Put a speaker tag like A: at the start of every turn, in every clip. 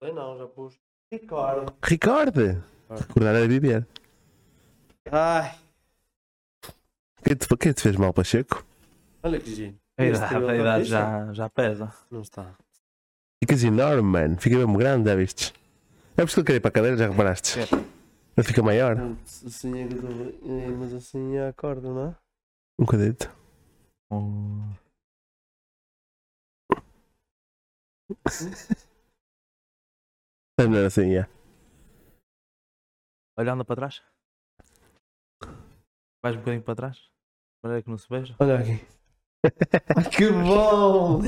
A: Eu não, já pus. Ricardo.
B: Ricardo!
C: Ah.
B: Recordar era viver.
A: Ai,
B: Quem te, quem te fez mal, Pacheco?
A: olha que giro.
C: A
A: Este
B: é
C: idade,
A: cabelo
C: a
A: tá
C: idade
A: fixe?
C: já, já pesa.
A: Não está.
B: Ficas enorme, mano. Fica mesmo grande, já vistes? É por isso que eu queria ir para a cadeira, já reparaste?
C: É.
B: Ele fica maior,
A: Putz, Assim é que eu tô- é, Mas assim é a corda, não é?
B: um bocadito.
C: Hum.
B: É melhor assim, é.
C: Olhando para trás. Mais um bocadinho para trás. De maneira que não se veja.
A: Olha aqui. que bom!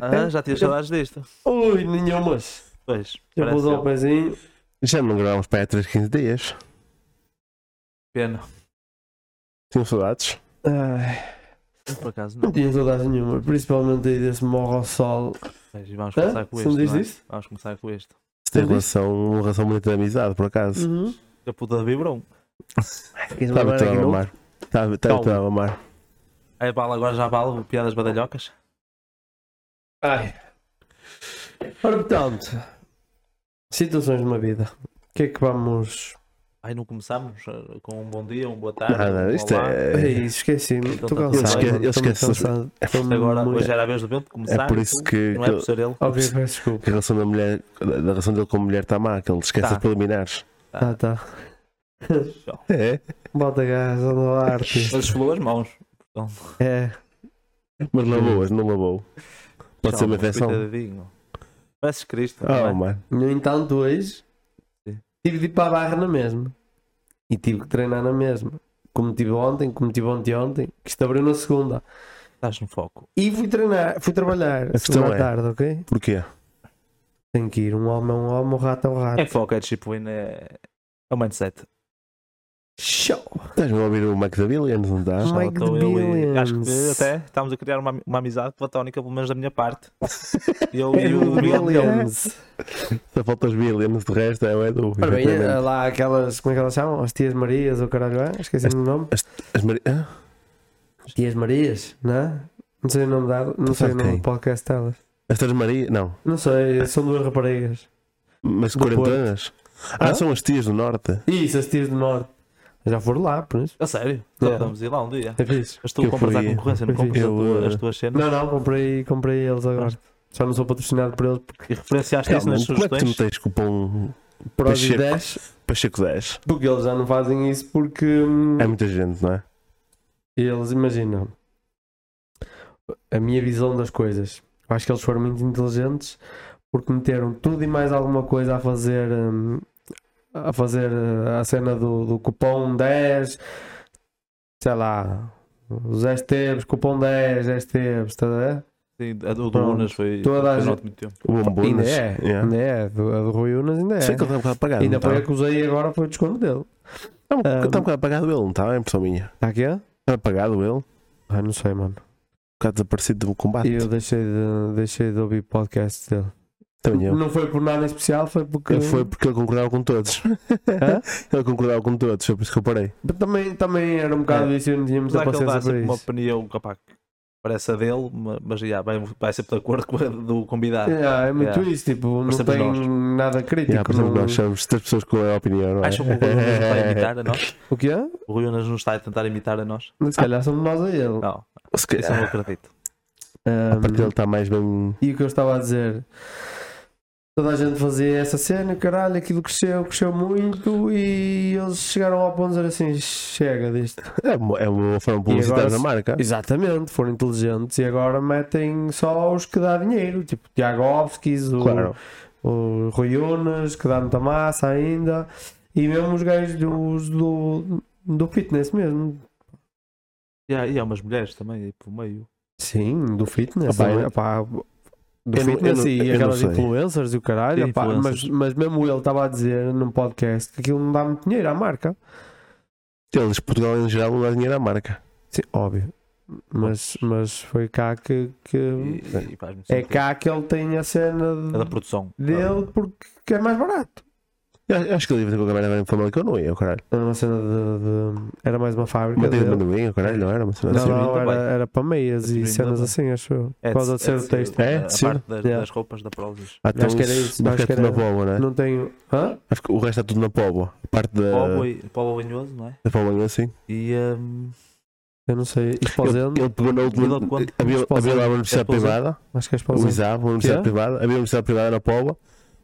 C: Ah, já tinha saudades disto.
A: Ui, nenhumas.
C: Pois,
A: Já vou
C: parece
B: um
A: dar o
C: eu.
A: pezinho.
B: Já não gravámos para aí há 3, 15 dias.
C: pena.
B: Tinham saudades.
A: Ai,
C: Eu, Por acaso
A: não
C: não.
A: tinha saudades nenhuma, principalmente aí desse morro ao sol.
C: Mas vamos
A: Hã?
C: começar com
A: Se
C: isto.
A: não diz
C: não é?
A: isso?
C: Vamos começar com isto.
B: Se tem
A: Não disse?
B: relação, uma relação bonita de amizade, por acaso. Tá
A: Uhum. Tá, então,
C: A puta um. de Vibron.
A: Queres
B: Estava
A: levar
B: tudo
A: aqui
B: a
A: no-
B: mamar. Estava
C: Calma.
B: tudo a mamar.
C: É bala, agora já bala. Piadas badalhocas.
A: Ai. Ora, portanto, situações de uma vida. O que é que vamos.
C: Ai, não começámos eh, com um bom dia, um boa tarde.
B: Nada,
C: um
B: isto
C: olá.
B: é.
A: Ei, esqueci-me.
C: Então
A: Estou
C: tá
A: cansado.
B: tudo bem.
A: mano.
B: Eu
A: Estou muito
B: esqueço-
A: cansado. Estou
C: Isto agora,
A: muito-
C: hoje era a vez do vento de começar.
B: É por isso que,
C: Não
B: que
C: é por
B: ele-
C: ser ele.
A: Óbvio, peço desculpa.
B: que a relação da mulher, da da relação dele com a mulher está má, que ele esquece
C: Tá.
B: as preliminares.
A: Tá,
C: Ah.
A: tá.
B: É.
A: Bota gás, anda lá, arte.
C: Ele esfolou as mãos.
A: É.
B: Mas lavou-as, não lavou. Pode ser uma infecção.
C: Coitadinho. Parece Cristo.
B: Oh,
C: não é?
B: mano.
A: No entanto, hoje
C: Sim.
A: tive de ir para a barra na mesma. E tive que treinar na mesma. Como tive ontem, como tive ontem ontem, que isto abriu na segunda.
C: Estás no foco.
A: E fui treinar, fui trabalhar
B: A questão
A: segunda à
B: é-
A: tarde, ok?
B: Porquê?
A: Tenho que ir, um homem é um homem, um rato é um rato.
C: É foco, é disciplina, é, é o mindset.
A: Show!
B: Estás-me a ouvir o Mac da Billions, não estás?
A: Mike
C: Então
A: de
C: eu e-
A: Billions.
C: Acho que até estamos a criar uma, uma amizade platónica, pelo menos da minha parte. Eu
A: É
C: e o
A: do
C: Miguel Leão.
A: Billions.
B: Só falta os Billions, de resto é o Edu.
A: Ora bem,
B: efetivamente.
A: é lá aquelas, como é que elas chamam? As Tias Marias, ou caralho, é? Esqueci-me o nome.
B: As Mari- Hã?
A: Tias Marias, não é? Não sei o nome dela, não sei
B: Tu sabes
A: o nome
B: quem?
A: do podcast delas.
B: Estas Maria. Não.
A: Não sei, são duas raparigas.
B: Mas
A: Do Porto.
B: quarentenas. Ah,
A: Hã? É
B: são as tias do norte.
A: Isso, as tias do norte. Já foram lá, por isso.
C: A sério,
A: É.
C: vamos ir lá um dia.
A: É fixe.
C: Mas tu
B: Eu
C: compras a
B: fui-
C: concorrência, não
A: eu
C: compras a
B: fui-
C: tua-
B: eu,
C: as tuas cenas
A: Não, não, comprei, comprei eles agora. Só não sou patrocinado por eles porque
C: e referenciaste isso
B: Realmente,
C: nas
B: Como é que tu
C: sugestões.
B: me tens cupom
A: por hoje
B: Pacheco.
A: 10.
B: Pacheco 10?
A: Porque eles já não fazem isso porque hum,
B: É muita gente, não é?
A: eles imaginam a minha visão das coisas. Eu Acho que eles foram muito inteligentes porque meteram tudo e mais alguma coisa a fazer hum, a fazer uh, a cena do, do cupom 10, sei lá, os STBs, cupom 10, STBs, estás tá a ver?
C: Sim, a do, do
A: Pronto.
C: Unas foi,
A: Toda a gente-
C: foi durante muito tempo.
B: O bom
A: ainda
B: bônus.
A: é,
B: Yeah.
A: ainda é, a do, a do Rui Unas ainda é.
B: Sei que ele está um bocado apagado.
A: ainda
B: não tá?
A: foi a que usei agora foi o desconto dele.
B: Está um
A: Ah,
B: está um bocado apagado ele, não está? É impressão minha.
A: Está aqui? é?
B: Está apagado ele. Um
A: Ah, não sei, mano.
B: bocado desaparecido do combate.
A: E eu deixei de, deixei de ouvir podcasts dele.
B: Também eu.
A: Não foi por nada em especial, foi porque.
B: Foi porque ele concordava com todos.
A: Hã?
B: ele concordava com todos, foi por isso que eu parei.
A: Também, também era um bocado
C: É.
A: isso, eu não tinha muita
C: Apesar que ele dá
A: paciência para
C: sempre uma
A: isso.
C: opinião capaz, que parece a dele, ma- mas já, vai, vai sempre de acordo com a do convidado.
A: Yeah, é muito
C: Yeah.
A: isso, tipo, não
C: Parecemos
A: tem nada
B: E há,
A: crítico.
B: por exemplo,
A: não-
B: nós chamamos três pessoas com a opinião, não é?
C: Acham que o Rui Unas vai imitar a nós?
A: O que é?
C: O Rui Unas nos está a tentar imitar a nós?
A: Se calhar somos nós a ele.
C: Não,
B: Se
A: é um
C: isso eu
B: calhar,
C: não acredito.
B: a
A: Ahm,
B: parte dele está mais bem.
A: E o que eu estava a dizer? Toda a gente fazia essa cena, caralho, aquilo cresceu, cresceu muito e eles chegaram ao ponto de dizer assim, chega disto.
B: É uma, é uma forma
A: E agora
B: publicitária
A: se-
B: da marca.
A: Exatamente, foram inteligentes e agora metem só os que dá dinheiro, tipo Tiago Ovskis, o,
B: Claro.
A: o Rui Unas, que dá muita massa ainda, e mesmo os gajos dos, do, do fitness mesmo.
C: E há, e há umas mulheres também aí pelo meio.
A: Sim, do fitness.
B: Opá,
A: também,
B: eu-
A: opá, do
B: eu não- eu
A: fitness
B: não- eu
A: e
B: não
A: aquelas
B: sei.
A: influencers e o caralho.
C: Sim,
A: opá, mas,
C: influencers.
A: mas mesmo ele estava a dizer num podcast que aquilo não dá muito dinheiro à marca.
B: Eles, Portugal em geral, não dá dinheiro à marca.
A: Sim, óbvio. Mas, mas foi cá que, que-
C: E, e faz muito
A: É
C: sentido.
A: cá que ele tem a cena
C: É da
A: de-
C: produção.
A: dele porque é mais barato.
B: Eu eu acho que ele devia ter com a câmera em Famalicão, não ia, o caralho.
A: Era É uma cena de. de- Era mais uma fábrica.
B: Manteiga de
A: dele.
B: amendoim, o caralho, não era uma cena
A: Não,
B: assim.
A: não,
C: também.
A: era, era para meias e
C: Sim,
A: cenas
C: também.
A: assim, acho eu.
C: É
A: Por causa de ser
C: de-
A: o texto.
B: É,
C: a
B: de ser.
C: parte das,
A: Yeah.
C: das roupas da Prozis.
B: Há
A: acho que era
B: uns-
A: isso,
B: mas
A: acho que
B: é tudo na
A: era-
B: Póvoa, Então, não é?
A: Não tenho. Hã?
B: Acho que o resto está tudo na Póvoa. A parte da,
C: Pó e Pó Banhoso, não é?
B: da Póvoa, assim.
C: E hum,
A: Eu não sei.
B: Ele,
A: Esposendo?
B: ele pegou na última.
C: Vila de Conde.
B: Havia, havia lá uma
C: É
B: universidade
C: Pousando.
B: privada,
A: Acho que é
B: o
A: esposendo.
B: ISAV, uma universidade
A: Quê?
B: privada. Havia uma universidade privada na Póvoa,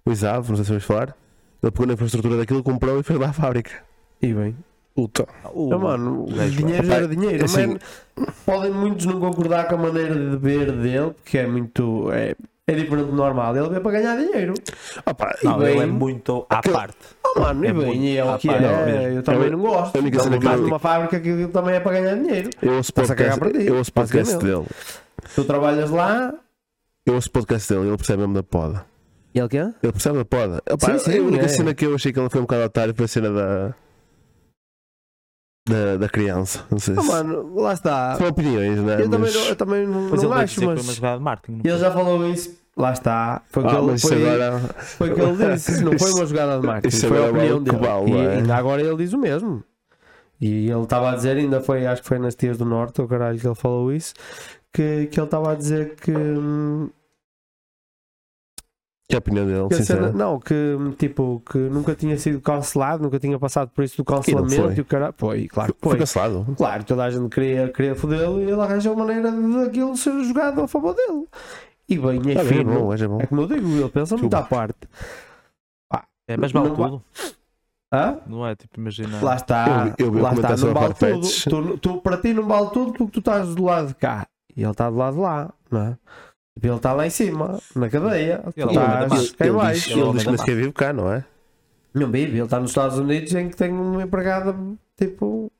B: o ISAV, não sei se vais falar. Ele pegou na infraestrutura daquilo, comprou e fez lá a fábrica.
A: E bem.
B: Puta.
C: Ah, o-
A: Não, mano,
C: Gajo,
A: dinheiro
B: pá,
A: era dinheiro.
B: assim-
A: mano. podem muitos não concordar com a maneira de ver dele, porque é muito. É, é diferente do normal. Ele veio para ganhar dinheiro.
B: Opa,
C: não,
A: e
C: ele é
A: bem-
C: muito à
B: Aquele-
C: parte.
A: Oh, mano,
C: É
A: e
C: muito-
A: bem, e é
C: Ah,
A: o que
C: pá, não,
A: é.
C: mesmo. é
A: Eu também
B: Eu-
A: não gosto.
B: a única cena
A: Ele
B: que eu-
A: faz numa fábrica que aquilo também é para ganhar dinheiro.
B: eu ouço
A: Estás a cagar
B: podcast,
A: para ti,
B: eu ouço podcast
A: basicamente.
B: dele.
A: Tu trabalhas lá.
B: Eu ouço podcast dele, ele percebe mesmo da poda.
A: E ele quer?
B: Ele percebe da poda. Opa,
A: Sim, sim,
B: a única
A: é.
B: cena que eu achei que ele foi um bocado otário foi a cena da. da, da criança. Não sei
A: Oh,
B: se.
A: mano, lá está.
B: São opiniões, né?
A: Eu também
B: Mas-
A: não, eu também não,
C: Mas
A: não
C: ele disse
A: acho,
C: que foi uma
A: mas
C: jogada de marketing.
A: ele já falou isso. Lá está. Foi o que
B: Ah,
A: ele
B: mas isso
A: foi,
B: agora.
A: foi o que ele disse. Não foi uma jogada de marketing.
B: isso
A: foi a
B: agora vale
A: opinião
B: o
A: dele.
B: que vale,
A: e
B: é.
A: ainda agora ele diz o mesmo. E ele estava a dizer, ainda foi, acho que foi nas Tias do Norte, o caralho, que ele falou isso. Que, que ele estava a dizer que. hum,
B: Que é a opinião
A: que
B: dele,
A: a cena-
B: sincero.
A: não, que hum, tipo, que nunca tinha sido cancelado, nunca tinha passado por isso do
B: foi.
A: cancelamento e o caralho. Foi, claro que
B: Foi
A: Ah, foi.
B: cancelado. Ah,
A: Claro, toda a gente queria, queria fodê-lo e ele arranjou maneira de aquilo ser jogado a favor dele. E bem,
B: Ah,
A: é
B: bem, é
A: fino.
B: bom, hoje é bom.
A: É como eu digo, ele pensa muito
B: Desculpa.
A: à parte.
C: É, mas vale
A: Não vai-
C: tudo.
A: Hã?
C: Não é? Tipo, imagina.
A: Lá está,
B: Eu- eu vi o
A: lá está,
B: comentário
A: não vale
B: sobre a
A: tudo. Tu, tu- para ti não vale tudo porque tu estás do lado de cá e ele está do lado de lá, não é? Tipo, Ele está lá em cima, na cadeia. Tu
C: Ele-
A: estás cá em
B: Ele diz,
A: baixo.
B: ele diz que nem
C: Ele-
B: sequer vive cá, não é?
A: Não vive, ele está nos Estados Unidos em que tem uma empregada tipo.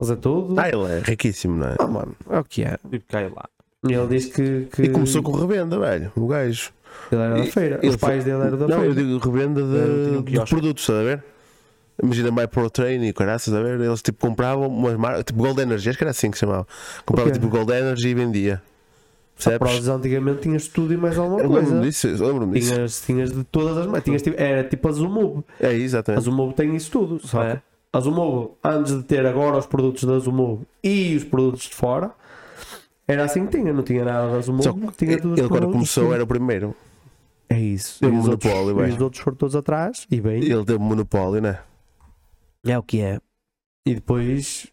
A: fazer tudo.
B: Ah, ele é riquíssimo, não é?
A: Ah, mano, é o que é.
C: Tipo, cai lá.
A: E Ele diz que. que
B: E começou com revenda, velho. O gajo.
A: Ele era da
B: E-
A: feira.
B: ele
A: Os pais dele eram da
B: Não, eu
A: feira.
B: digo revenda
C: Eu tinha
B: de,
C: um
B: de
C: quiosque.
B: produtos, estás a ver? Imagina My Protein e caraças, estás a ver? Eles tipo compravam umas marcas, tipo Gold Energy, acho que era assim que se chamava. Comprava
A: O quê?
B: tipo Gold Energy e vendia.
A: A
B: Percebes?
A: Prozis antigamente tinhas tudo e mais alguma
B: é, Eu lembro-me
A: coisa.
B: disso, eu lembro-me disso.
A: Tinhas, tinhas de todas as. mas Tinhas, tipo- era tipo a Zumub.
B: É,
A: A
B: exatamente.
A: Zumub tem isso tudo. Só
C: É.
A: que a Zumub, antes de ter agora os produtos da Zumub e os produtos de fora, era assim que tinha. Não tinha nada da Zumub.
B: Só que
A: tinha tudo
B: Ele quando começou era o primeiro.
A: É isso.
B: teve
A: e os
B: um
A: outros,
B: monopólio,
A: e
B: bem.
A: os outros foram todos atrás. E bem.
B: Ele teve monopólio, né?
A: É o que é. E depois.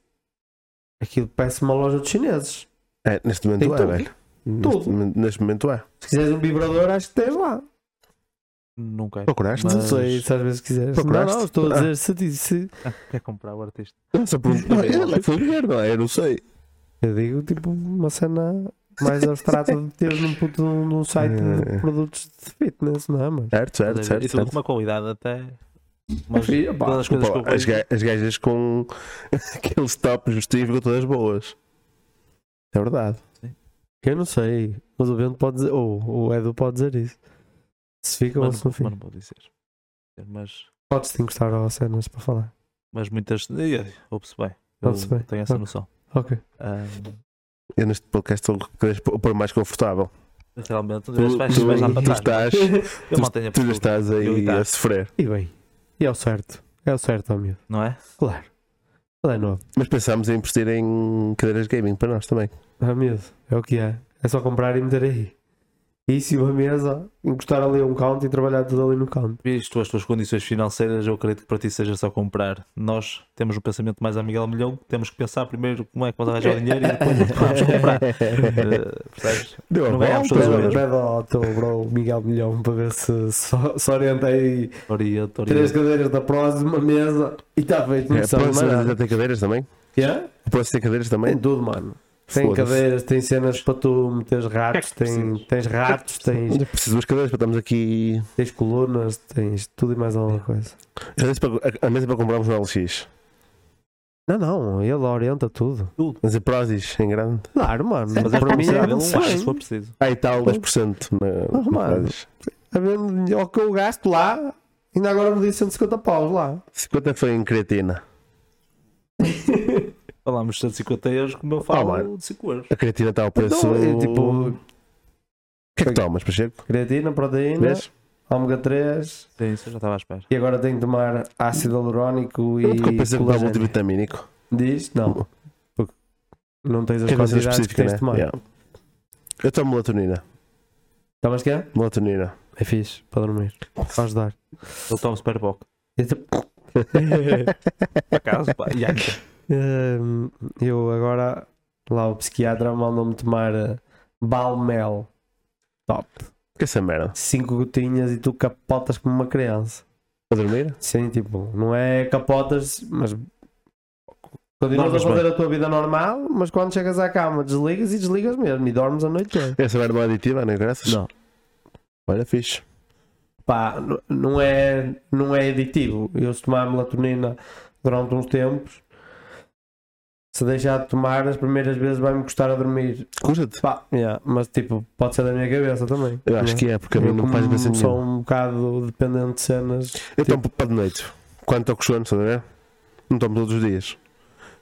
A: Aquilo parece uma loja de chineses.
B: É, neste
A: Tem
B: momento é,
A: tudo. Hum.
B: velho. Neste,
A: Tudo.
B: momento- neste momento é.
A: Se quiseres um vibrador, acho que tens lá.
C: Nunca é.
B: Procuraste?
C: Mas-
A: Não sei se às vezes quiseres.
B: Procuraste?
A: Não, não, estou a dizer se, ti- se-
C: Ah, Quer comprar o artista?
B: Não, só
A: um
B: pergunto- não, ele é que foi ver, não é? Eu não sei.
A: Eu digo tipo uma cena mais abstrata de teres num, puto- num site
B: É.
A: de produtos de fitness, não é, mano?
B: Certo, certo,
C: e
B: certo.
C: tudo
B: certo.
C: com uma qualidade até. Mas
A: Sim, opá,
C: todas as coisas
B: Pô,
C: que eu
B: as, ga- as gajas com aqueles tops justinhos ficam todas boas. É verdade.
A: Eu não sei, mas o Bento pode dizer, ou o Edu pode dizer isso. Se fica ou
C: Mas
A: se não
C: não, mas
A: fica.
C: não vou dizer. Mas,
A: Podes te encostar às cenas para falar.
C: mas muitas. Ouve-se bem. Eu
A: Ouve-se bem,
C: tenho essa
A: ok.
C: noção.
A: Ok.
C: Ahm,
B: Eu neste podcast estou cada vez p- pôr mais confortável.
C: realmente, às
B: Tu,
C: vezes vais,
B: tu-
C: vais lá para
B: tu
C: trás.
B: estás,
C: não é? Eu mantenho a
B: tu já
C: postura,
B: estás
C: Eu
B: aí
C: e tá.
B: a sofrer.
A: E bem. E é o certo. É o certo, ó miúdo.
C: não é?
A: Claro. Ele é novo.
B: Mas pensámos em investir em cadeiras gaming para nós também.
A: Ó miúdo. É o que é. É só comprar e meter aí. Isso e uma mesa, encostar ali a um count e trabalhar tudo ali no count.
C: Visto as tuas condições financeiras, eu acredito que para ti seja só comprar. Nós temos um pensamento mais a Miguel Milhão, temos que pensar primeiro como é que vamos arranjar o dinheiro e depois o que vamos comprar. Eh, percebes?
B: Deu
C: É Não
B: a
C: ganhámos
B: volta. é?
C: todos o
A: Pede,
C: mesmo.
A: pede ao teu bro Miguel Milhão para ver se, se, se orienta aí
C: Oriente,
A: três
C: oriente.
A: cadeiras da próxima mesa e está feito. Não
B: É,
A: precisa de mais
B: próximo já
A: nada.
B: tem cadeiras também?
A: Yeah?
B: O próximo tem cadeiras
A: Tem
B: também?
A: é, tudo, mano. Tem
B: Foda-se.
A: cadeiras, tem cenas para tu meteres ratos, tem, tens ratos, tens,
B: Eu Preciso de duas cadeiras para estarmos aqui.
A: tens colunas, tens tudo e mais alguma coisa.
B: Já disse para, a- a mesa para comprarmos um no LX.
A: Não, não, ele orienta tudo.
B: Mas a Prozis é em grande.
A: Claro, mano.
C: Mas
A: para mim é
C: ele um acho se for
A: um
C: preciso.
B: Ah, e tal, 10% na,
A: Ah,
B: na
A: mano.
B: Prozis.
A: Sabendo É o que eu gasto lá, ainda agora me dei 150 paus lá.
B: 50 é foi em creatina.
C: Falámos de 150 euros, como eu
B: Ah,
C: falo,
B: mano.
C: de 5 euros.
B: A creatina está ao preço.
A: Então, é, tipo,
B: O que é que tomas, Pacheco?
A: creatina, proteína,
B: Vês?
A: ômega 3
C: Sim, isso eu já estava à espera.
A: e agora tenho que tomar ácido hialurónico e.
B: Eu nunca pensei que
A: colagênio.
B: estava multivitamínico.
A: Diz? Não. Porque não tens as
B: Quer dizer
A: quantidades que
B: específica,
A: tens
B: né?
A: de tomar.
B: Yeah. Eu tomo melatonina.
A: Tomas que é?
B: Melatonina.
A: É fixe, para dormir. Para ajudar.
C: Eu tomo Superboc.
A: Eu te-
C: Por acaso, pá, e ainda.
A: Hum, Eu agora, lá o psiquiatra mandou-me tomar eh, balmel. Top.
B: Que é essa merda?
A: Cinco gotinhas e tu capotas como uma criança.
B: Para dormir?
A: Sim, tipo, não é capotas, mas. Continuas a
C: Dormes bem.
A: fazer a tua vida normal, mas quando chegas à cama desligas e desligas mesmo e dormes a noite toda.
B: Essa merda não é aditiva, não é? Graças?
A: Não.
B: Olha, fixe.
A: Pá, n- não é, não é aditivo. Eu se tomar melatonina durante uns tempos, se deixar de tomar, as primeiras vezes vai-me custar a dormir.
B: Custa-te?
A: Pá, yeah, mas tipo, pode ser da minha cabeça também. né?
B: Eu acho que é, porque a mim não faz diferença
A: eu sou
B: nenhuma.
A: um bocado dependente de cenas.
B: Eu tomo
A: tipo.
B: para de noite. Quando estou com sono, estás a ver? Não tomo todos os dias.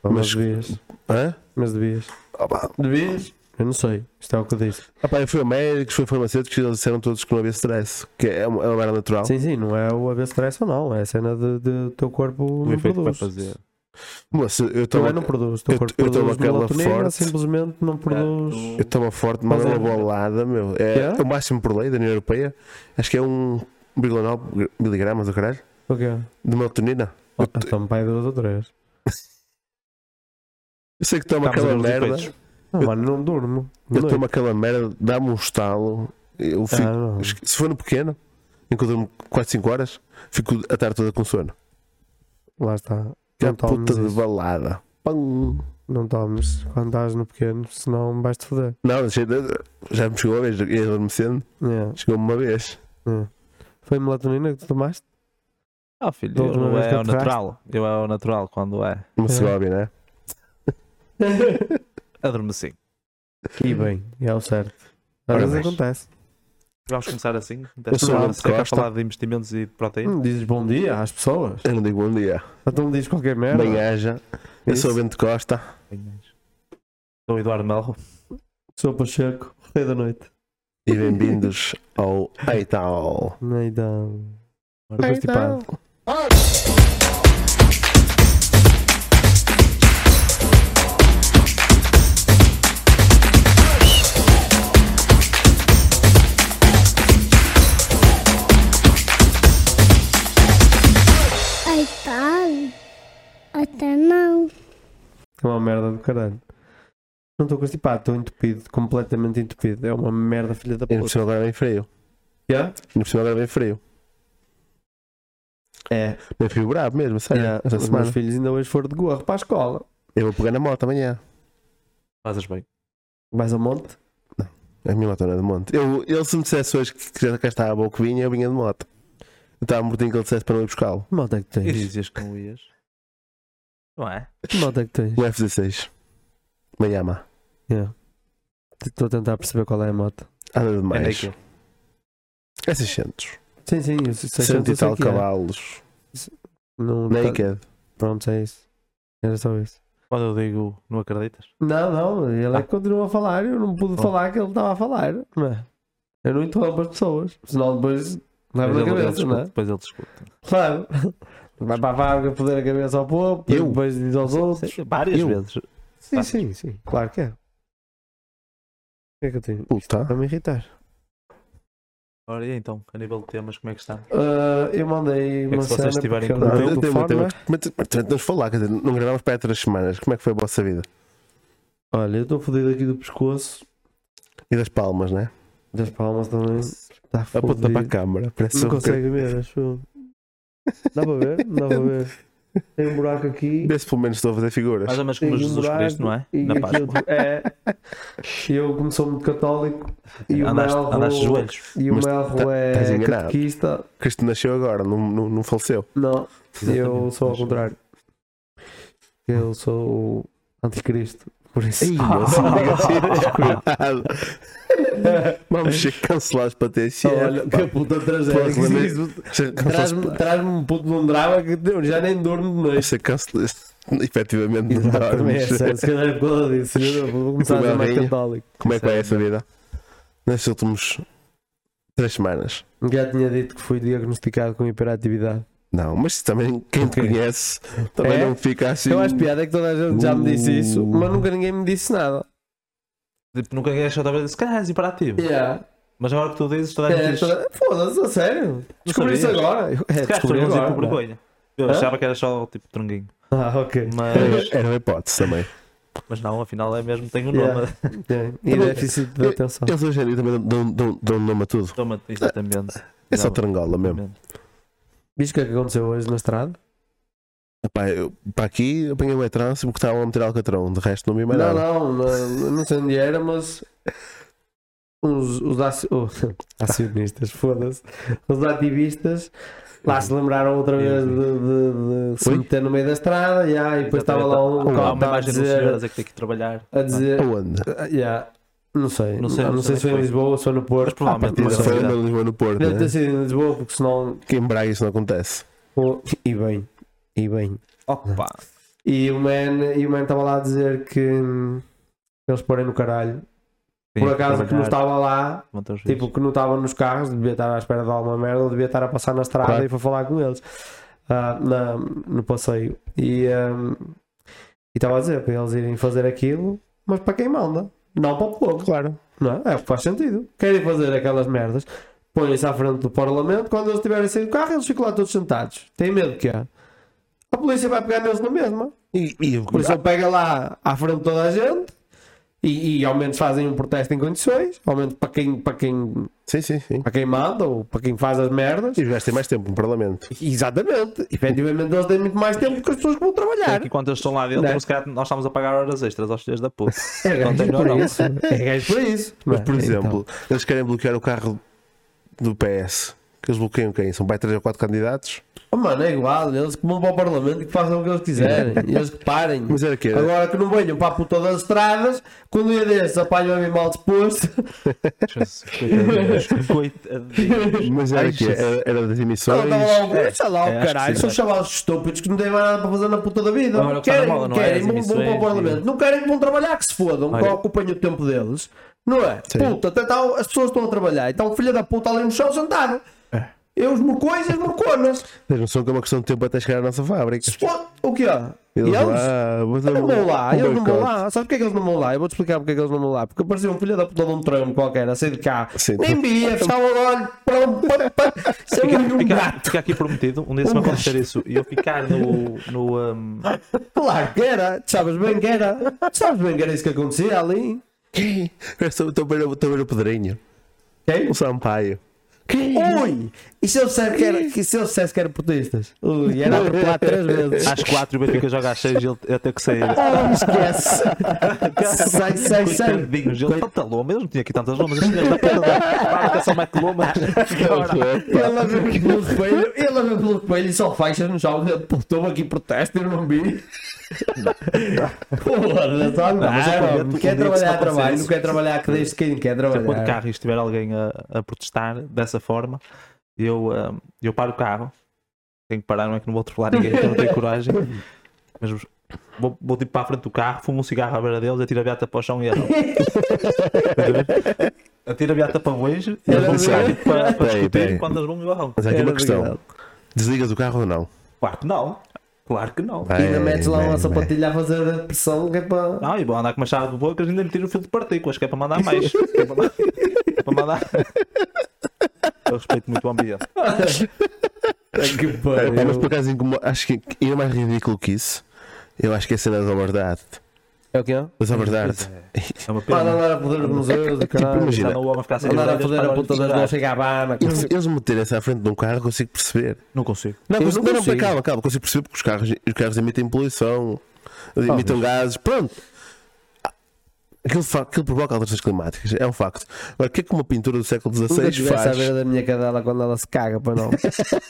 A: Mas,
B: Mas-
A: devias.
B: Hã?
A: Mas devias.
B: Opa.
A: Devias? Eu não sei. Isto é o que eu disse.
B: Opa, eu fui a médicos, fui a farmacêuticos e eles disseram todos que não havia stress. Que é uma, é uma merda natural.
A: Sim, sim, não é o haver stress ou não. É a cena de, de teu corpo
C: O
A: não
C: efeito que vai
A: produz.
C: fazer.
B: Mas eu
A: Também
B: tomo,
A: não produz. O teu
B: eu-
A: corpo
B: eu tomo
A: produz
B: aquela
A: melatonina,
B: forte.
A: simplesmente não produz.
B: eu tomo forte, mas
A: Mas
B: é uma
A: é-
B: bolada, meu. É,
A: Yeah.
B: é o máximo por lei da União Europeia. Acho que é 1,9 miligramas do caralho.
A: O quê?
B: De melatonina.
A: Oh, Então, pai, duas ou três.
B: Eu sei que
A: Tá,
B: tomo
C: Estamos a
B: aquela
C: ver os
B: merda.
C: efeitos.
A: Não,
B: Eu-
A: mano, não durmo.
B: Eu
A: é Não. é.
B: tomo um aquela merda, dá-me um estalo. Eu
A: Ah,
B: fico,
A: não.
B: Se for no pequeno, em que eu durmo 4, 5 horas, fico a tarde toda com sono.
A: Lá está.
B: Que
A: Não
B: é puta
A: tomes,
B: de
A: isso.
B: balada. Pum.
A: não tomes quando estás no pequeno, senão vais-te foder.
B: Não, deixei de- já me chegou uma vez, ia adormecendo,
A: É,
B: chegou-me uma vez.
A: é. Foi melatonina que tu tomaste?
C: Ah, filho,
A: Da
C: eu
A: última
C: não
A: vez
C: é
A: que
C: ao
A: eu te traste.
C: natural. Eu é ao natural quando é.
B: Uma
A: É.
B: Segovia, né?
C: Adormeci.
A: E bem, é o certo. Às
B: Ora
A: vezes
B: bem.
A: acontece.
C: Vamos começar assim.
B: Eu sou o Nuno
C: Se é que há
B: Costa.
C: falar de investimentos e de proteína.
A: Não Hum, dizes bom dia às pessoas.
B: Eu não digo bom dia.
A: Então dizes qualquer merda.
B: Bem-haja. é, Eu sou o
A: Isso.
B: Bento Costa.
C: Sou o Eduardo Melro.
A: Sou Pacheco, rei da noite.
B: E bem-vindos ao Eital.
A: Então. Estou constipado.
D: Ai, tal. Até não.
A: É uma merda do caralho. Não estou constipado, estou entupido, completamente entupido. É uma merda, filha da
B: E no
A: puta.
B: cima agora bem frio.
A: Yeah?
B: E no cima agora bem frio.
A: É,
B: Eu fico bravo mesmo, sério.
A: yeah.
B: Esta
A: os
B: semana.
A: meus filhos ainda hoje foram de gorro para a escola.
B: Eu vou pegar na moto amanhã.
C: Fazes bem.
A: Mais a monte?
B: A minha moto não é de monte. Eu, ele se me dissesse hoje que que já cá estava a boa que vinha, eu vinha de moto. Eu estava mortinho que ele dissesse para não ir buscá-lo.
A: Que moto é que
C: E
A: tens?
C: dizias que não ias. Não é?
A: Que moto é que tens?
B: Um F16. Miami.
A: Yeah. Estou a tentar perceber qual é a moto.
B: Anda
C: É
B: demais.
C: naquilo.
B: É 600.
A: Sim, sim, eu sei, sei,
B: 600
A: sei
B: e tal
A: que é.
B: cavalos.
A: Não, tá-
B: Naked.
A: Pronto, é isso. Era só isso.
C: Quando eu digo não acreditas?
A: Não, não, ele é
C: Ah.
A: que continua a falar. Eu não pude
C: Oh.
A: falar que ele estava a falar. Não é? Eu não interrompo as pessoas, senão depois leva
C: Mas
A: na
C: ele- ele
A: cabeça,
C: discute,
A: não é?
C: Depois ele discute.
A: Claro. Vai para a fábrica foder a cabeça ao povo,
B: Eu?
A: depois diz aos outros.
C: Sim, Várias
B: Eu?
C: vezes.
A: Sim, sim, sim. Claro que é. O que é que eu tenho?
B: Puta.
A: Para me irritar.
C: Ora, e então, a nível de temas, como é que está?
A: Ah, eu mandei
C: É que
A: uma
C: se vocês
A: cena
C: estiverem
A: porque eu
C: com
A: não é?
B: Não,
C: tempo,
A: tenho
B: eu tenho um tema.
A: telefone.
B: Mas mas também temos de falar, quer dizer, não gravámos para aí três semanas. Como é que foi a vossa vida?
A: Olha, eu estou fodido aqui do pescoço,
B: E das palmas, né?
A: das palmas também.
C: Ah,
A: Está
C: tá
B: Aponta para a
A: fodido.
B: câmara. Parece
A: Não
B: um
A: consegue ver, acho eu. Dá para ver? Não Dá para ver. Tem um buraco aqui.
B: Vê se pelo menos estou a fazer figuras.
C: Mais ou menos
A: Tem
C: como
A: um
C: Jesus
A: buraco
C: Cristo, não é?
A: E
C: Na
A: aqui
C: Páscoa.
A: outro- é. Eu, como sou muito católico, e o
C: Andaste,
A: Melro-
C: andaste de joelhos.
A: E o
B: Mas
A: Melro
B: tá- estás
A: é
B: enganado.
A: catequista.
B: Cristo nasceu agora, não, não, não faleceu.
A: Não, eu
C: Exatamente.
A: sou ao contrário. Eu sou o anticristo. Por isso.
B: Ei, moço, não diga assim. Cuidado. Vamos ser cancelados para ter
A: Oh, olha, que puta tragédia.
B: Posso
A: que
B: lamber-
A: isso- Traz-me traz-me um puto de um drama que eu já nem durmo de
B: Vamos
A: noite.
B: ser cancelados. Efetivamente, não
A: Exatamente,
B: dormes.
A: sério, se calhar é por causa disso. eu Vou começar a ser mais
B: Barrinha.
A: católico.
B: Como é que vai essa vida? Nestes últimos três semanas.
A: Já Um tinha dito que fui diagnosticado com hiperatividade.
B: Não, mas também quem te
A: Ok.
B: conhece também
A: É?
B: não fica assim.
A: Eu acho piada é que toda a gente já me disse isso,
B: Uh.
A: mas nunca ninguém me disse nada.
C: Tipo, nunca ninguém achou talvez disse, cara, és hiperativo.
A: Yeah.
C: Mas agora que tu dizes, toda a gente
A: É,
C: diz,
A: toda- Foda-se, a sério. Descobri isso
C: sabias?
A: agora. Eu- É,
C: se calhar tu
A: descobri
C: não dizia por
A: agora. é?
C: vergonha. Eu
A: Hã?
C: achava que era só tipo tronguinho.
A: Ah, ok.
C: Mas,
B: Era, era É, uma hipótese também.
C: mas não, afinal é mesmo, tenho um nome.
A: Yeah. É, E déficit de
B: Eu-
A: atenção.
B: Eles hoje em dia também dão, dão, dão nome a tudo.
C: Toma-te, exatamente.
B: É só
C: Não,
B: trangola mesmo.
C: exatamente.
A: Viste o que é que aconteceu hoje na estrada?
B: Pá, eu- Para aqui apanhei o trânsito porque estavam a meter alcatrão. De resto não vi mais
A: não,
B: nada.
A: não, não, não sei onde era, mas os, os aci- oh, acionistas, foda-se, os ativistas lá se lembraram outra vez de, de- de se
B: Oi?
A: meter no meio da estrada yeah, e depois estava lá um
C: Há
A: copo
C: uma
A: a
C: imagem de um senhor a
A: dizer,
C: dizer que tem que trabalhar.
A: a dizer
B: Aonde?
A: ah, yeah, não sei,
C: Não
A: não
C: sei,
A: sei,
C: não sei é
A: se foi em
C: foi.
A: Lisboa ou se foi no
C: Mas
A: Porto.
C: provavelmente
A: Ah,
C: não
A: mas
B: Foi
C: sei.
B: uma de Lisboa no Porto.
A: Deve
B: Né?
A: ter sido em Lisboa porque senão.
B: Que em Braga isso não acontece.
A: Oh, e bem, e bem.
C: Opa!
A: E o man e o man estava lá a dizer que hum, eles porem no caralho.
C: Tem
A: Por acaso que não
C: trabalhar,
A: estava lá,
C: monta os
A: Tipo,
C: vídeos.
A: que não estava nos carros, devia estar à espera de alguma merda, ou devia estar a passar na estrada
B: Claro.
A: e foi falar com eles ah, na- no passeio. E ahm, e estava a dizer para eles irem fazer aquilo, mas para quem manda, não para o povo,
B: Claro.
A: não é? É o que faz sentido. Querem fazer aquelas merdas, põem-se à frente do Parlamento, quando eles tiverem saído do carro, eles ficam lá todos sentados. Tem medo que é. A polícia vai pegar neles na mesma.
B: E, e eu-
A: Por isso, pega lá à frente de toda a gente. E, e ao menos fazem um protesto em condições, ao menos para quem, para quem
B: Sim, sim, sim.
A: para quem manda ou para quem faz as merdas.
B: E os gajos têm mais tempo no Parlamento.
A: Exatamente. Efetivamente eles têm muito mais tempo que as pessoas que vão
C: Tem
A: trabalhar.
C: que enquanto eles estão lá dentro,
A: Não é?
C: se calhar nós estamos a pagar horas extras aos filhos da puta.
A: É
C: Não tem
A: gajo para
C: não.
A: isso. É gajo para isso.
B: Mas,
A: Não é?
B: por exemplo, eles querem bloquear o carro do PS. Que eles bloqueiam quem? São para aí 3 ou 4 candidatos?
A: Então, oh, mano, é igual. Eles que vão para o Parlamento e que façam o que eles quiserem. E eles que parem.
B: Mas era que era?
A: Agora que não venham para a puta das estradas, quando um dia desses apanham-me mal disposto.
C: Coitadinhos.
B: Mas era que é? era, era das
A: Não,
B: emissões.
A: não, não, Deixa lá
C: é,
A: o
C: acho que
A: caralho.
C: sim,
A: São
C: é.
A: chavalos estúpidos que não têm mais nada para fazer na puta da vida.
C: Agora o que está
A: querem,
C: na moda, não é?
A: querem,
C: As
A: vão, vão para o
C: emissões
A: Parlamento.
C: e-
A: Não querem, vão trabalhar, que se fodam, que
C: Olha.
A: ocupem o tempo deles. Não é?
B: Sim.
A: Puta, até tá, as pessoas estão a trabalhar. Então o filho da puta ali no chão sentado.
C: É.
A: Eu os morcões e as morconas.
B: Tens noção que é uma questão de tempo até chegar à nossa fábrica.
A: Se fo- O que é? E eles?
B: Eles lá, vou
A: Eu
B: fazer
A: não
B: um-
A: vou lá,
B: um
A: eu não vou
B: boicote.
A: lá. Sabe porque é que eles não vão lá? Eu vou-te explicar porque é que eles não vão lá. Porque apareceu um filho da puta de um tramo qualquer, a sair de cá.
B: Sim.
A: Nem via, fechava o olho, pronto, pá, pá. Sem um
C: Fica,
A: gato.
C: fica aqui prometido, um dia se me acontecer isso e eu ficar no. no um,
A: Claro que era, tu sabes bem que era. Tu sabes bem que era isso que acontecia ali.
B: Eu Estou estou a ver, estou a ver o Pedrinho,
A: Quem?
B: o Sampaio.
A: Ui! E se eu dissesse que era, e se eu dissesse que era portistas? Ui, era atropelar três vezes.
C: às 4 e o Benfica joga às 6 e ele ele tem que sair.
A: Ah, esquece! Sai, sai, sai!
C: Coitadinhos, ele é tanta loma, eu não tinha aqui tantas lomas, estes gajos da puta da fábrica só mete lomas.
A: Ele a ver pelo espelho, ele a ver pelo espelho e só faixas no chão. Pô, Estou aqui por teste e não vi. Porra, só
C: Não, mas eu prometo, um
A: não.
C: dia
A: Quer
C: que se
A: trabalhar,
C: acontecer
A: trabalho.
C: isso-
A: Não quer trabalhar, que deixe quem quer
C: Por exemplo, Quando o
A: trabalhar.
C: carro e estiver alguém a, a protestar dessa forma, eu, ah, eu paro o carro, tenho que parar, não é que não vou atropelar ninguém, que eu não tenho coragem, mas vou, vou tipo para a frente do carro, fumo um cigarro à beira deles, atiro a beata para o chão e erro. atiro a beata para o beijo e eles vão ficar tipo, para, para
B: Peraí,
C: discutir
B: peraí.
C: enquanto eles vão e eu arranco. É,
B: Mas há aqui
A: Era
B: uma questão:
A: legal.
B: desligas o carro ou não?
C: Claro que não, claro que não.
A: E ainda
B: Bem,
A: metes lá
B: bem,
A: uma
B: bem.
A: sapatilha a fazer a pressão que é para.
C: Não, e vou andar com uma chave de bocas e ainda lhe tiro um fio de partículas, que é para mandar mais. que é para mandar. é para mandar. Eu respeito muito o ambiente. É
A: Que
B: Olha, pá, É, mas por acaso incomo- acho que ainda mais ridículo que isso. Eu acho que é a cena da overdade.
A: É o que é?
B: Mas a verdade.
C: É uma
A: Para
C: pena.
A: andar a poder nos museus,
C: É
A: do caralho.
B: imagina,
C: Já não vou ficar sem
A: Andar a
C: orelhas
A: poder
C: para
A: a puta
C: olhar.
A: das Dolce Gabbana.
B: Eles, eles meterem-se à frente de um carro, eu consigo perceber.
C: Não consigo.
B: Não,
A: Eu
B: consigo,
A: não
B: não, não,
A: consigo.
B: calma, calma, consigo perceber porque os carros, os carros emitem poluição, emitem gases, pronto. Aquilo, fa- aquilo provoca alterações climáticas, é um facto. Agora, o que é que uma pintura do século
A: Nunca
B: XVI
A: estivesse à
B: faz?
A: beira da minha cadela quando ela se caga, para não.
B: Sabes,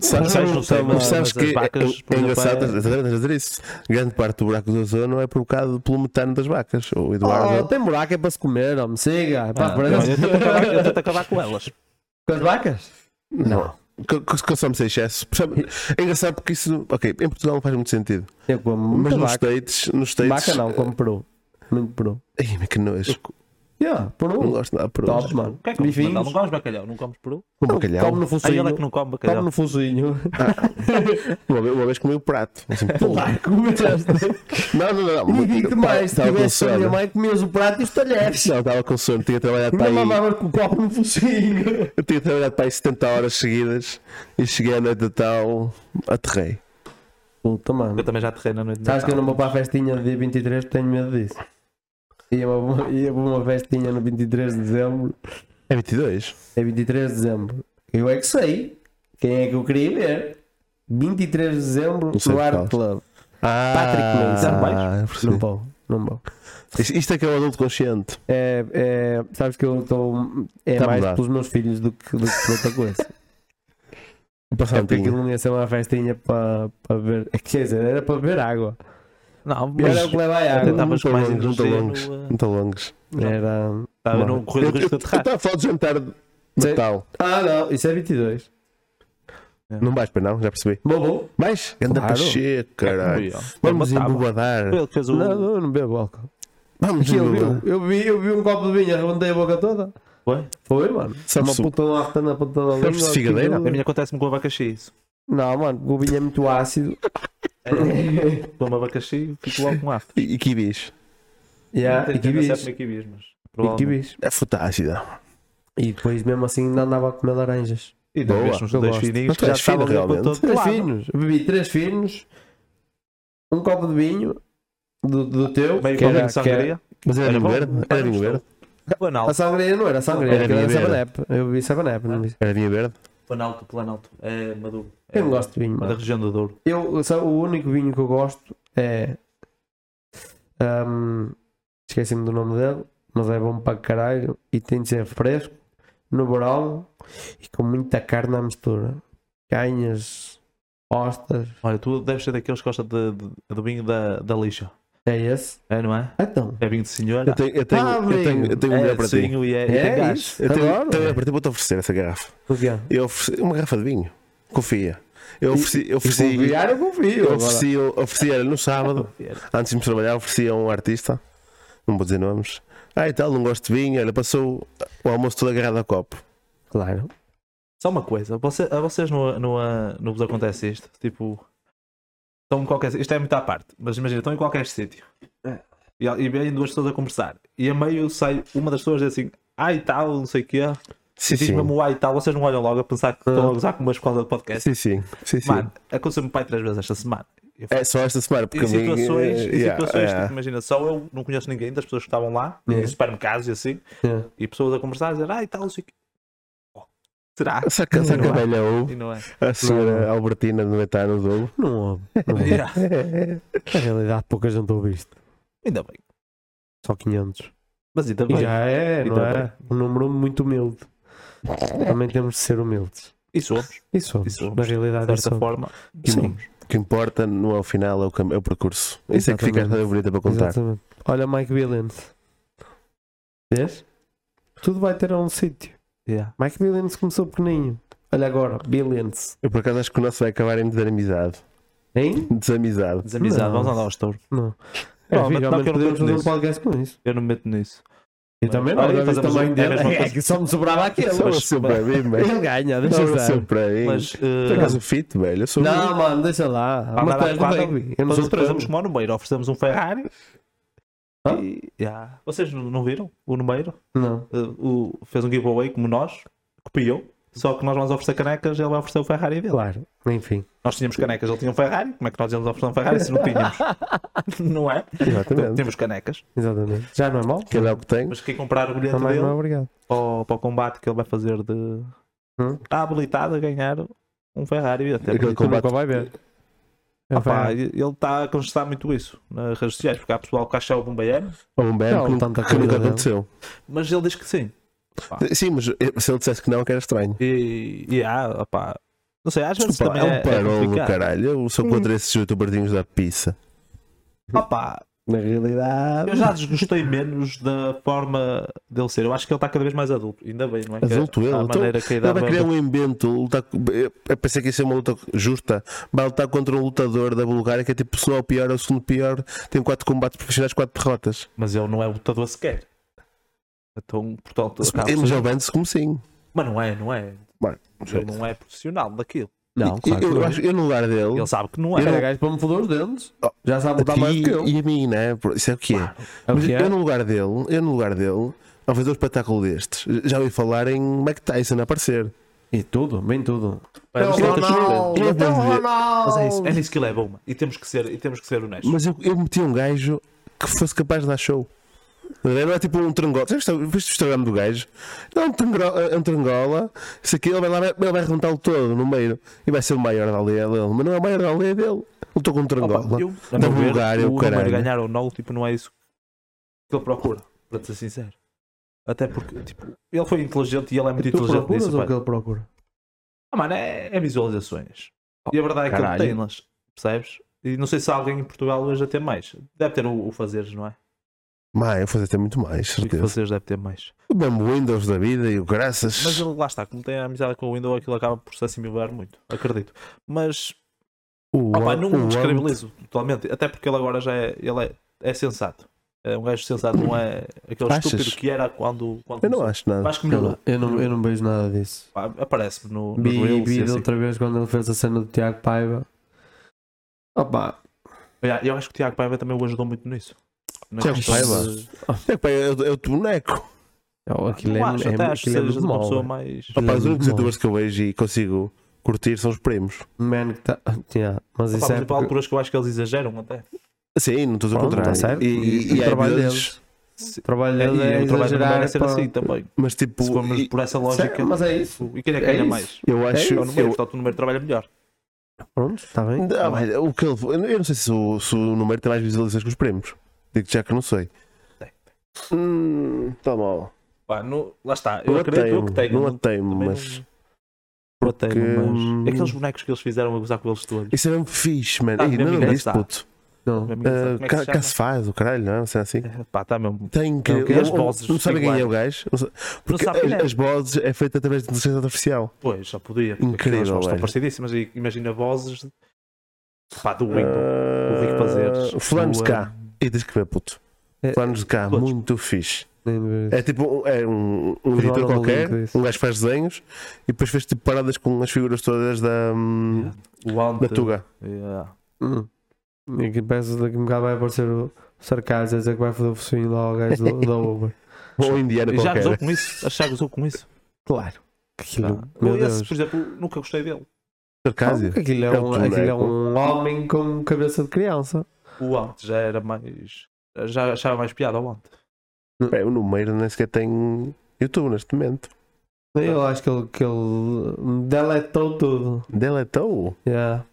C: Sabes,
B: sabes,
C: não sei, mas-
B: sabes
C: mas as
B: que
C: vacas, por
B: é, é
C: exemplo,
B: engraçado,
C: é-
B: estás a dizer isso. Grande parte do buraco do ozono é provocado pelo metano das vacas. O
A: Oh,
B: Eduardo.
A: tem buraco, é para se comer, não me siga. É para a
C: Ah,
A: frente.
C: eu tento acabar- eu tento acabar com elas.
A: Com as vacas?
B: não. Que- que Consome-se em excesso. Percebe? É engraçado porque isso. Ok, em Portugal não faz muito sentido.
A: Eu como
B: Mas
A: muita
B: nos
A: vaca.
C: é
B: States. Nos States
A: Vaca não, como peru. Muito peru.
B: Ai, mas que nojo.
A: Yeah, por
B: Não
A: um.
B: gosto nada por
A: Top,
C: O
A: mano.
C: que é que comes,
A: Bifinhos.
C: Manel? Não comes bacalhau? Não comes peru?
B: Um bacalhau.
A: Como no
C: Ah, ele é
A: focinho.
C: que não come
A: Como
C: bacalhau.
A: no focinho.
B: Uma vez, uma vez comi o prato. Assim,
C: um
B: pô,
A: Lá comeste.
B: não, não, não. não.
A: E digo-te mais, se
B: Estava
C: um
B: com
A: tivesse a minha
B: sono.
A: mãe, comias o prato e os talheres.
B: Não, estava com sono. Tinha trabalhado para
A: Ainda
B: aí.
A: mamava com o copo no focinho.
B: Eu tinha trabalhado para aí 70 horas seguidas e cheguei à noite de tal, aterrei.
A: Puta, mano.
C: Eu também já aterrei na noite. de
A: Sabes que eu
C: Natal.
A: não vou para a festinha de dia 23 porque tenho medo disso. Ia para uma, ia para uma festinha no 23 de dezembro.
B: É 22?
A: É 23 de dezembro. Eu é que sei. Quem é que eu queria ver? 23 de dezembro
B: sei
A: no
B: de
A: Art
B: qual.
A: Club.
B: Ah,
A: Patrick Mason.
B: Ah, percebi.
A: Não vou, não vou.
B: Isto- Isto é que é o adulto consciente.
A: É, é, sabes que eu estou. É
B: Tá
A: mais
B: mudado.
A: pelos meus filhos do que, do que por outra coisa.
B: Passar
A: É porque aquilo não ia ser uma festinha para para ver. Quer dizer, era para beber água.
C: Não, mas
A: Era o que leva a
C: até
A: água.
C: estavas com mais
B: muito
C: energia.
B: longos.
C: no, eh,
B: Muito longos.
A: Era.
C: Estava não correr o risco de
B: eu
C: aterrar.
B: estava a falar de jantar de Natal.
A: Ah, não, isso é 22.
B: Não vais para não, já percebi.
A: Bom, bom.
B: Vais? Anda
A: Claro.
B: para cheio, caralho. Vamos
C: Vamos embora.
B: embobadar.
C: Foi ele que fez o.
A: Não, eu não bebo álcool.
B: Vamos
A: Que eu, vi,
B: embobadar.
A: eu, vi, eu vi um copo de vinho, arrebentei a boca toda.
C: Foi?
A: Foi, mano.
B: Sabe
A: uma
B: se-
A: puta lata na ponta da língua.
B: se figadeira?
A: aquilo-
C: A minha acontece-me com o abacaxi. Isso.
A: Não, mano, o vinho é muito ácido.
C: Como abacaxi, fico logo com afta.
B: E, e kiwis?
A: yeah, e quibis.
C: E quibis, é mas.
A: E
C: provavelmente.
A: quibis.
B: É fruta ácida.
A: E depois, mesmo assim, ainda andava a comer laranjas.
C: E não
B: Boa,
C: vês uns
A: eu
C: dois
A: gosto.
B: Mas
C: fininhos
B: tu
C: que já
B: és fino,
C: estavam ali com
B: realmente.
C: todo
A: Três
C: colado.
A: é finos. Bebi três finos, um copo de vinho do, do teu.
C: Meio
A: que
C: com
A: era,
C: de
A: que era,
C: sangria.
B: Mas era
C: Era
B: vinho
C: bom?
B: verde? Era vinho
C: Era
B: verde?
C: Planalto.
A: a sangria não era sangria, era,
B: Era
A: era
B: vinho verde.
A: sabanep. Eu bebi sabanep,
C: Ah.
A: não disse.
B: Era É vinho verde?
C: Planalto, Planalto. É Maduro.
A: Eu não
C: É
A: gosto de vinho, mano.
C: Da região do Douro.
A: Eu, só, o único vinho que eu gosto é. ahm, Esqueci-me do nome dele, mas é bom para caralho e tem de ser fresco, no verão e com muita carne à mistura. Canhas, ostas,
C: Olha, tu deves ser daqueles que gostam de, de- do vinho da, da lixa.
A: é esse?
C: É, não é?
A: Então,
C: É vinho de senhor.
B: Eu tenho, eu tenho,
A: Ah,
B: eu tenho, eu tenho um
C: é
B: melhor para ti.
C: docinho e é, e tem
A: é
C: gás.
A: isso.
B: Eu tenho,
A: Adoro.
B: tenho um melhor para ti, vou-te oferecer essa garrafa.
A: O quê?
B: Eu ofereci uma garrafa de vinho. Confia. Eu ofereci. Eu ofereci,
A: Confiar, eu confio.
B: eu
A: agora.
B: ofereci, eu ofereci olha, no sábado,
C: É
B: antes de me trabalhar, ofereci a um artista. Não vou dizer nomes. Ah, e tal, não gosto de vinho. Olha, passou o almoço todo agarrado ao copo.
A: Claro.
C: Só uma coisa, você- a vocês não, não, ah, não vos acontece isto? Tipo, estão em qualquer. Isto é muito à parte, mas imagina, estão em qualquer sítio
B: É.
C: e, e vêm duas pessoas a conversar e a meio sai uma das pessoas diz assim, ai tal, não sei o quê,
B: Sim,
C: diz
B: sim. Ah.
C: mesmo ai tal, vocês não olham logo a pensar que estão a gozar com uma escola de podcast.
B: Sim, sim. sim, sim.
C: Mano, aconteceu-me pai três vezes esta semana. Eu
B: É só esta semana, porque eu
C: em
B: vim-
C: situações, em
B: Yeah,
C: situações
B: yeah. Uhum.
C: tipo, imagina, só eu não conheço ninguém das pessoas que estavam lá, em
A: Yeah.
C: supermercados e assim,
A: Yeah.
C: e pessoas a conversar a dizer, ai tal, não sei o quê. Oh, Será?
B: Será que, será que a
C: Não é.
B: velha
C: E
B: ouve?
C: não é?
B: A senhora Albertina de 90 anos ouve?
A: Não houve. Não houve.
C: Yeah.
A: É. Na realidade, pouca gente ouve isto.
C: Ainda bem.
A: Só 500.
C: Mas ainda bem.
A: E É. já é,
C: E
A: não
C: também.
A: é? Um número muito humilde. Também temos de ser humildes.
C: E somos,
A: Isso somos.
C: Isso somos.
A: Na
C: de
A: realidade,
C: certa
A: somos.
C: forma.
B: Sim.
C: somos.
B: O que importa não é o final, é o, cam- é o percurso. Isso é que fica a
A: Exatamente.
B: história bonita para contar.
A: Exatamente. Olha, Mike Williams. Vês? Tudo vai ter um sítio.
C: Yeah.
A: Mike Williams começou pequeninho. Olha agora, Williams.
B: Eu por acaso acho que o nosso vai acabar em desamizade.
A: Hein?
B: Desamizade.
C: Desamizade,
A: Não.
C: vamos andar aos touros.
A: Não.
C: Não,
A: É,
C: mas não
A: finalmente
C: quero
A: podemos fazer
C: dizer
A: um
C: isso.
A: podcast com isso.
C: Eu não me meto nisso.
A: Eu também não.
C: Olha,
A: já vi o
C: fazemos
A: tamanho
C: um- é a
A: dele.
C: mesma
A: É
C: coisa.
A: que é um só me sobrava aquele.
B: Só eu sou para mim, velho.
A: Ele ganha,
B: Só
A: deixa
B: eu
A: estar.
B: sou para mim.
C: Mas eh,
B: É Por acaso fit, velho. Eu sou
A: Não, mano, deixa lá.
C: para
A: Ah, Mas tá
C: andar
A: tu
C: à
A: és do
C: quadra,
A: rugby. Eu não
C: nós
A: sou
C: oferecemos
A: treino.
C: como ao Numeiro, oferecemos um Ferrari.
A: Hã?
C: E, yeah. Vocês não, não viram o Numeiro?
A: Não.
C: Eh, o, fez um giveaway como nós, copiou. Só que nós vamos oferecer canecas, ele vai oferecer o Ferrari dele.
A: Claro. Enfim.
C: Nós tínhamos canecas, ele tinha um Ferrari. Como é que nós íamos oferecer um Ferrari se não tínhamos? não é?
B: Exatamente.
C: Temos canecas.
A: Exatamente. Já não é mal?
B: Aquele é o que tem.
C: Mas quem comprar o bilhete
A: Também
C: dele
A: não é obrigado.
C: para o, para o combate que ele vai fazer de.
A: Hum?
C: Está habilitado a ganhar um Ferrari. Até
B: Aquele
C: porque-
A: Tu
B: combate.
A: nunca vai ver. É
C: Ah, pá, ele está a contestar muito isso nas redes sociais, porque há pessoal que acha o Bombeiro,
B: Ou um bem
A: Não,
B: que, nunca-
A: tanta
B: que nunca
A: coisa dele.
B: aconteceu.
C: mas ele diz que sim.
B: Sim, mas eh, se ele dissesse que não, que era estranho.
C: E, e há, ah, pá, não sei, às vezes
B: Desculpa,
C: também
B: é
C: é,
B: um parolo,
C: complicado.
B: caralho. Eu
A: Hum.
B: sou contra esses youtuberzinhos da pizza.
C: Ah, pá,
A: Na realidade.
C: eu já desgostei menos da forma dele ser. Eu acho que ele está cada vez mais adulto, ainda bem, não é? Que
B: Adulto ele.
C: a
B: Então,
C: maneira que a
B: Ele
C: idade
B: vai
C: vai
B: criar um invento. Lutar... Eu eu pensei que ia ser uma luta justa. Vai lutar contra um lutador da Bulgária que é tipo, se não é o pior, é um- o segundo pior. Tem quatro combates profissionais, quatro derrotas.
C: Mas ele não é lutador sequer. Então, portanto,
B: Se-
C: acaba por
B: Mas
C: ser-
B: já vende-se como sim.
C: Mas não é, não é.
B: Mano,
C: Ele não é profissional daquilo.
A: Não, claro que
B: eu, eu
A: não.
B: acho eu no lugar dele.
C: Ele sabe que não
A: Era
C: é.
A: gajo para me foder os dentes.
B: Oh,
A: Já sabe
B: a
A: botar mais
B: ti
A: do que eu.
B: E a mim, né? Por- Isso é o que é.
A: É o
B: Mas
A: que é.
B: eu no lugar dele, eu no lugar dele, ao fazer um espetáculo destes, já ouvi falar em Mike Tyson a aparecer.
A: E tudo, bem tudo.
C: Mas
B: Ele
C: outras
B: Ronaldo,
C: coisas.
B: ele
C: Mas é isso, é nisso que ele é bom. mano. E temos que ser, e temos que ser honestos.
B: Mas eu, eu meti um gajo que fosse capaz de dar show. Não é tipo um trangola. Sabes o- viste o Instagram do gajo? Não, é um trangola. É um trangola. Isso aqui ele vai, lá, vai- ele vai arrebentá-lo todo no meio. E vai ser o maior da aldeia dele. Mas não é o maior da aldeia dele. Lutou com um
C: Opa,
B: trangola.
C: eu,
B: da
C: a meu ver,
B: Bulgária, o
C: o número de
B: caralho.
C: ganhar ou não, tipo, não é isso que ele procura, para te ser sincero. Até porque, tipo, ele foi inteligente e ele é muito
A: Tu
C: inteligente
A: procuras
C: nisso.
A: ou
C: pá.
A: que ele procura?
C: Ah, mano, é, é visualizações. e a verdade é que
A: caralho.
C: ele tem-las, percebes? E não sei se há alguém em Portugal hoje a ter mais. Deve ter o, o Fazeres, não é?
B: Mas eu fazer até muito mais,
C: O
B: certeza.
C: Fazeres deve ter mais.
B: O mesmo Windows da vida e o
C: Mas
B: graças.
C: ele, lá está, como tem a amizade com o Windows, aquilo acaba por se assimilar muito, acredito. Mas
B: O,
C: Opa, não
B: o-
C: o descredibilizo totalmente, até porque ele agora já é, ele é, é sensato. É um gajo sensato, não é aquele
B: Achas?
C: estúpido que era quando. quando
B: Eu não
C: começou.
B: acho nada.
C: Acho que melhorou.
A: Eu não, é eu não vejo nada disso.
C: Pá, Aparece-me no, no
A: Vi,
C: Reels e
A: vi de
C: assim.
A: outra vez quando ele fez a cena do Tiago Paiva. Opa,
C: Olha, Eu acho que o Tiago Paiva também o ajudou muito nisso. Na
B: Tiago
C: questão
B: Paiva?
C: de-
B: É, pá, é, o- é o teu boneco.
A: oh, aquilo é,
C: Não acho,
A: é,
C: até acho que
A: aquilo é
C: seja
A: muito
C: uma
A: mau.
C: pessoa
A: velho.
C: mais.
B: Rapaz, os
A: Hum,
B: únicos
A: bom.
B: youtubers que eu vejo e consigo curtir são os primos.
A: Man que tá... Yeah, mas
C: Pá,
A: isso
C: mas
A: é
C: tipo, há
A: porque...
C: alturas que eu acho que eles exageram até.
B: Sim, não estou a dizer o
A: Pronto,
B: contrário.
A: tá certo.
B: E,
A: E-
B: e,
A: e
B: há
A: trabalho
B: vezes-
A: deles. O trabalho
C: E, e
A: dele é,
C: o trabalho também
A: exagerar
C: deve ser
A: para-
C: assim também.
B: Mas tipo,
C: Se formos
B: e-
C: por essa lógica.
A: Certo, mas é isso.
C: E quem é que
A: É
C: ganha
A: isso.
C: mais?
B: eu acho.
C: É o número,
B: eu-
C: portanto o número trabalha melhor.
A: Pronto, está bem.
B: Ah, mas o que ele- eu não- eu não sei se o, se o número tem mais visualizações que os prémios. Digo já que não sei.
C: Tem,
B: Hum, tá mal.
C: Pá, no- lá está, eu
B: Não
C: acredito eu que um
B: atemo,
C: tenho.
B: não
C: não-
B: atemo,
C: também
B: mas.
C: não- não atemo,
B: porque,
C: mas-
B: hum,
C: Aqueles bonecos que eles fizeram a gozar com eles todos.
B: Isso é mesmo fixe, mano.
C: Ah,
B: Ei,
C: mesmo
B: não, não disse,
C: engraçado.
B: puto.
A: Não.
C: Para mim,
B: Ah,
C: sabe como é que
B: ca-
C: se
B: cá se
C: chama?
B: faz, o caralho, não? Não sei assim.
C: É, Pá, tá mesmo.
B: Tem que.
C: Não, que as
B: não-
C: vozes
B: Não sabem quem é o
C: iguais.
B: gajo. Não sa- Porque
C: sabe quem
B: as,
C: é.
B: as vozes é feita através de inteligência artificial.
C: Pois, já podia. porque é
B: Incrível, é.
C: aquelas vozes
B: velho.
C: Estão parecidíssimas. E imagina vozes. de- Pá, do Windows.
B: Uh,
C: do Rico Fazeres,
B: Fulanos
C: do, ah.
B: de cá. E tens que ver, puto.
A: É-
B: Fulanos de cá,
C: todos.
B: muito fixe.
A: nem ver isso.
B: É tipo um- é um, um
A: Fernando
B: editor
A: Maluco
B: qualquer,
A: disse.
B: um gajo que faz desenhos e depois fez tipo paradas com as figuras todas da, hum,
C: O Ante.
B: da Tuga.
C: yeah.
A: Hum. E que peço daqui a um bocado vai aparecer o Sarcasmo a dizer que vai foder o focinho lá ao gajo do- da Uber.
B: Ou um indiano
C: E já gozou
B: qualquer.
C: com isso. Acho que já gozou com isso.
A: Claro. Aquilo,
C: Ah,
A: meu
C: esse,
A: Deus.
C: por exemplo, nunca gostei dele.
B: Sarcásio.
A: Ah, Aquilo é
B: É
A: um,
B: um
A: aquilo é
B: boneco.
A: um homem com cabeça de criança.
C: O Ante já era mais. Já achava mais piada o Ante.
B: Bem, o número nem sequer tem YouTube neste momento.
A: Eu acho que ele, que ele deletou tudo.
B: é Deletou.
A: Yeah.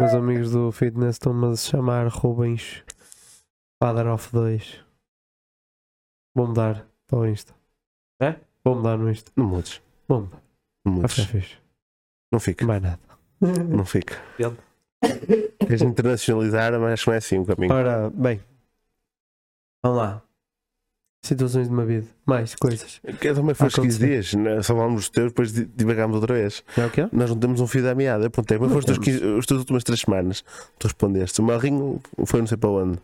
A: Meus amigos do fitness estão-me a chamar Rubens Father of 2. Vou mudar para o Insta.
C: É?
A: Vou mudar no Insta.
B: Não mudes.
A: Vou mudar.
B: Não
A: Vai ficar
B: mudes.
A: fixe.
B: Não fica.
A: Mais nada.
B: Não fica.
C: Ele.
B: Queres internacionalizar, mas acho que não é assim o caminho.
A: Ora, bem. Vamos lá. Situações de uma vida. Mais coisas.
B: Eu também foi os 15
A: Aconteceu.
B: dias, né? só falámos dos teus, depois di- divagámos outra vez.
A: É o quê?
B: Nós não temos um fio da meada. Perguntei, mas
A: Não
B: foram os teus,
A: temos.
B: 15 os teus últimas três semanas. Tu respondeste. O Marrinho foi não sei para onde.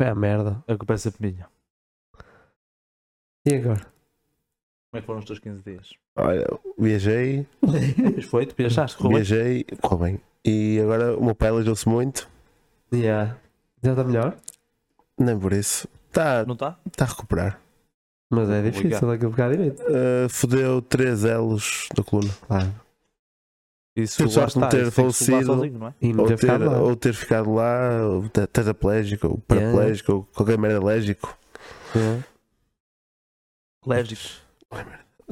A: É a merda.
C: A culpa é sempre minha.
A: E agora?
C: Como é que foram os teus 15 dias?
B: Olha, viajei,
C: Pois foi, tu viajaste, correu bem.
B: viajei, correu bem. E agora o meu pai aleijou-se muito,
A: Yeah. Já está melhor?
B: nem por isso. Está
C: Não está?
B: tá a recuperar.
A: Mas é
C: Obrigado.
A: difícil aquilo ficar direito.
B: Uh, fodeu três elos da coluna.
A: Claro.
C: Isso
B: Tu
C: lá
B: sabes
C: está,
B: ter
C: isso tem que se levar
B: falecido.
C: sozinho, não é?
A: E não
B: Ou
A: ter
B: ter,
A: ficado lá.
B: ou ter ficado lá, ou te- tetraplégico, ou paraplégico, ou qualquer merda alérgico.
A: Yeah.
C: Alérgico.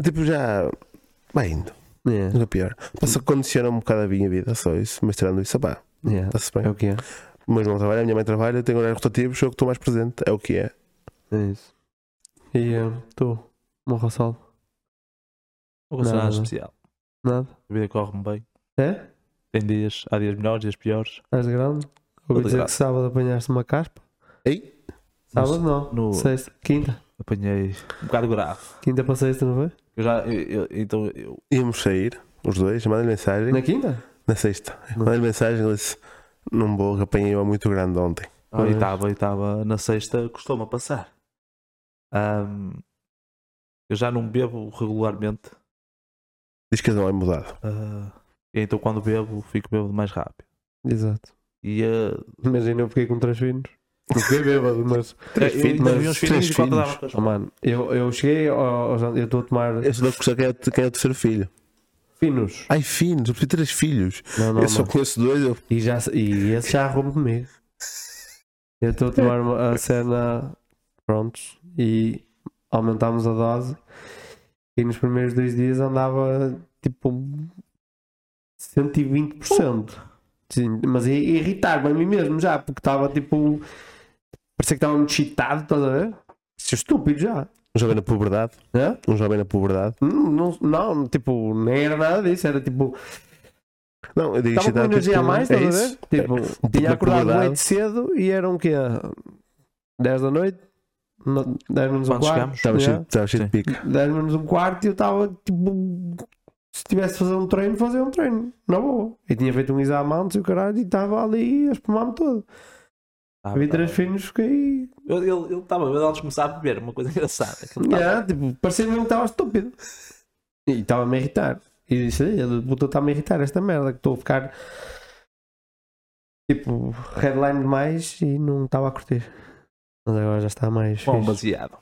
B: Tipo, já vai indo,
A: Yeah.
B: não é pior. Passa condiciona um bocado a minha vida, só isso. Mas tirando isso, pá,
A: Yeah.
B: está-se
A: É
B: bem.
A: o que é.
B: Mas não trabalho, a minha mãe trabalha, eu tenho horários rotativos, sou eu que estou mais presente, é o que é.
A: É isso. E eh, tu, morro salvo.
C: Não aconteceu nada
A: Nada.
C: especial.
A: Nada?
C: A vida corre-me bem.
A: É?
C: Tem dias, há dias melhores, dias piores.
A: Estás de grande? Ouvi
C: de
A: dizer
C: grande.
A: que sábado apanhaste uma caspa.
B: Ei,
A: Sábado não.
C: No-
A: Sexta. Quinta.
C: Apanhei um bocado grave.
A: Quinta para sexta, não foi?
C: Eu já, eu- eu- então, eu,
B: íamos sair, os dois, mandei mensagem.
A: Na quinta?
B: Na sexta.
A: Não.
B: Mandei mensagem ele disse: Não vou, que apanhei uma muito grande ontem.
C: a oitava, a oitava, na sexta, costuma passar. Ahm, eu já não bebo regularmente.
B: Diz que não é mudado.
C: ah, e então quando bebo, fico bêbado mais rápido.
A: Exato.
C: E ah,
A: Imagina eu fiquei com três finos. Não fiquei bêbado, mas.
C: eu- eu ainda
A: mas
C: vi uns
B: três
C: filhos quando
B: filhos.
C: dava com as
A: Oh, mano, eu, eu cheguei ao, ao jantar- Eu estou a tomar
B: Eu só não sei quem é, quem é o terceiro filho.
A: finos.
B: Ai, filhos, eu preciso de três filhos.
A: Não, não,
B: eu só
A: mano.
B: conheço dois. Eu...
A: E, já, e esse já arruma comigo. Eu estou a tomar uma- a cena. Prontos. E aumentámos a dose. E nos primeiros dois dias andava tipo 120%. Sim, mas ia irritar-me a mim mesmo já, porque estava tipo. Parecia que estava muito cheatado, estás a ver? Isso é estúpido já.
B: Um jovem na puberdade.
A: Hã?
B: Um jovem na puberdade.
A: Não, não, não, tipo, nem era nada disso, era tipo,
B: Não, eu digo
A: estava com
B: excitado,
A: energia a
B: tipo,
A: mais,
B: é
A: estás a
B: isso?
A: ver? Tipo,
B: pouco
A: tinha
B: na
A: acordado
B: puberdade.
A: noite cedo e eram o quê? 10 da noite? No- 10 menos um
C: Quando
A: quarto?
C: chegámos?
B: Estava cheio,
A: yeah,
B: estava cheio de pica.
A: 10 menos um quarto e eu estava tipo, se tivesse de fazer um treino, fazia um treino, na boa. E tinha feito um exame antes e o caralho, e estava ali a espumar-me todo.
C: Ah,
A: Vi
C: tá
A: três
C: bem.
A: filhos, fiquei.
C: Eu- Ele ele estava bêbado antes de começar a beber, uma coisa engraçada. que ele tava-
A: Yeah, tipo, parecia mesmo que estava estúpido. E estava-me a irritar. E disse, "Ei, a puta está-me a irritar esta merda, que estou a ficar tipo headline demais e não estava a curtir. Mas agora já está mais
C: Bom,
A: fixe.
C: um baseado.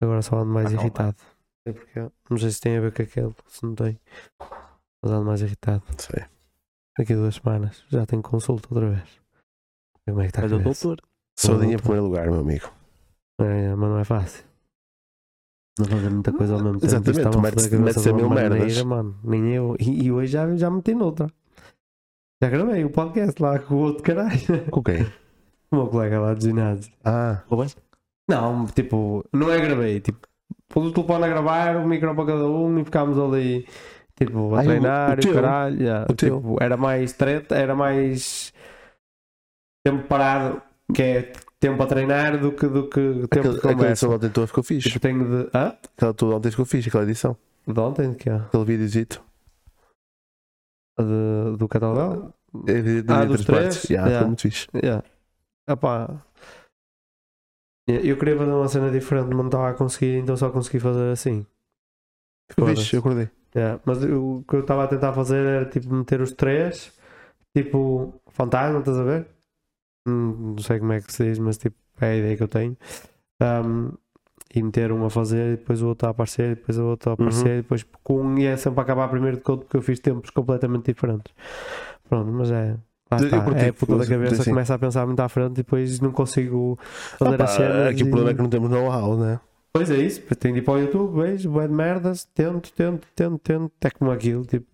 A: Agora só ando mais
C: Ah, não,
A: irritado. Não sei porquê. Não sei se tem a ver com aquele, se não tem. Mas ando mais irritado.
B: Sei.
A: Daqui a duas semanas já tenho consulta outra vez. Ver Como é que está a
C: Mas o
A: cabeça.
C: doutor.
A: Uhum.
B: Saudinha em primeiro lugar, meu amigo.
A: É, mas não é fácil. Não fazer muita coisa ao mesmo tempo.
B: Exatamente,
A: Isto está-me a
B: mete-se-
A: foder a cabeça
B: mete-se a
A: de
B: mil
A: uma maneira,
B: merdas.
A: Mano. Nem eu. E, e hoje já, já meti noutra. Já gravei o podcast lá com o outro caralho.
B: Com quem?
A: O meu colega lá de ginásio.
B: Ah,
C: Ficou bem?
A: Não, tipo, não é gravei. Tipo, pôs o telefone a gravar, o micro para cada um e ficámos ali. Tipo, a
B: Ah, o-
A: treinar
B: o
A: e o
B: teu?
A: caralho. já.
B: O teu?
A: Tipo, era mais treta, era mais tempo parado, que é tempo a treinar do que, do que tempo
B: aquele-
A: de
B: aquela
A: conversa.
B: edição de ontem toda ficou fixe.
A: Tipo, tenho de. Hã?
B: Aquela toda ontem ficou fixe, aquela edição.
A: De ontem, de que é?
B: Aquele videozito.
A: De- do Catalão?
B: É, de- de
A: Ah, dos
B: três
A: três?
B: partes. Yeah,
A: Yeah.
B: Ficou muito fixe.
A: Yeah. Epá. Yeah, Eu queria fazer uma cena diferente, mas não estava a conseguir, então só consegui fazer assim.
B: Ficou
A: Foda-se.
B: fixe, eu acordei.
A: Yeah, É, Mas eu- o que eu estava a tentar fazer era tipo meter os três, tipo fantasma, estás a ver? Hum, Não sei como é que se diz, mas tipo é a ideia que eu tenho. Um, e meter um a fazer, e depois o outro a aparecer, e depois o outro a
B: Uhum.
A: aparecer, e depois porque um ia sempre acabar primeiro do que o outro, porque eu fiz tempos completamente diferentes. Pronto, mas é. Lá
B: Eu- eu
A: está,
B: curti
A: é a puta da
B: fazer-
A: cabeça,
B: assim.
A: começa a pensar muito à frente e depois não consigo
B: Ah,
A: fazer
B: pá,
A: as cenas.
B: aqui
A: e-
B: o problema é que não temos know-how, né?
A: Pois é isso, pois tenho de ir para o YouTube, vejo, bué de merdas, tento, tento, tento, tento, até como aquilo, tipo,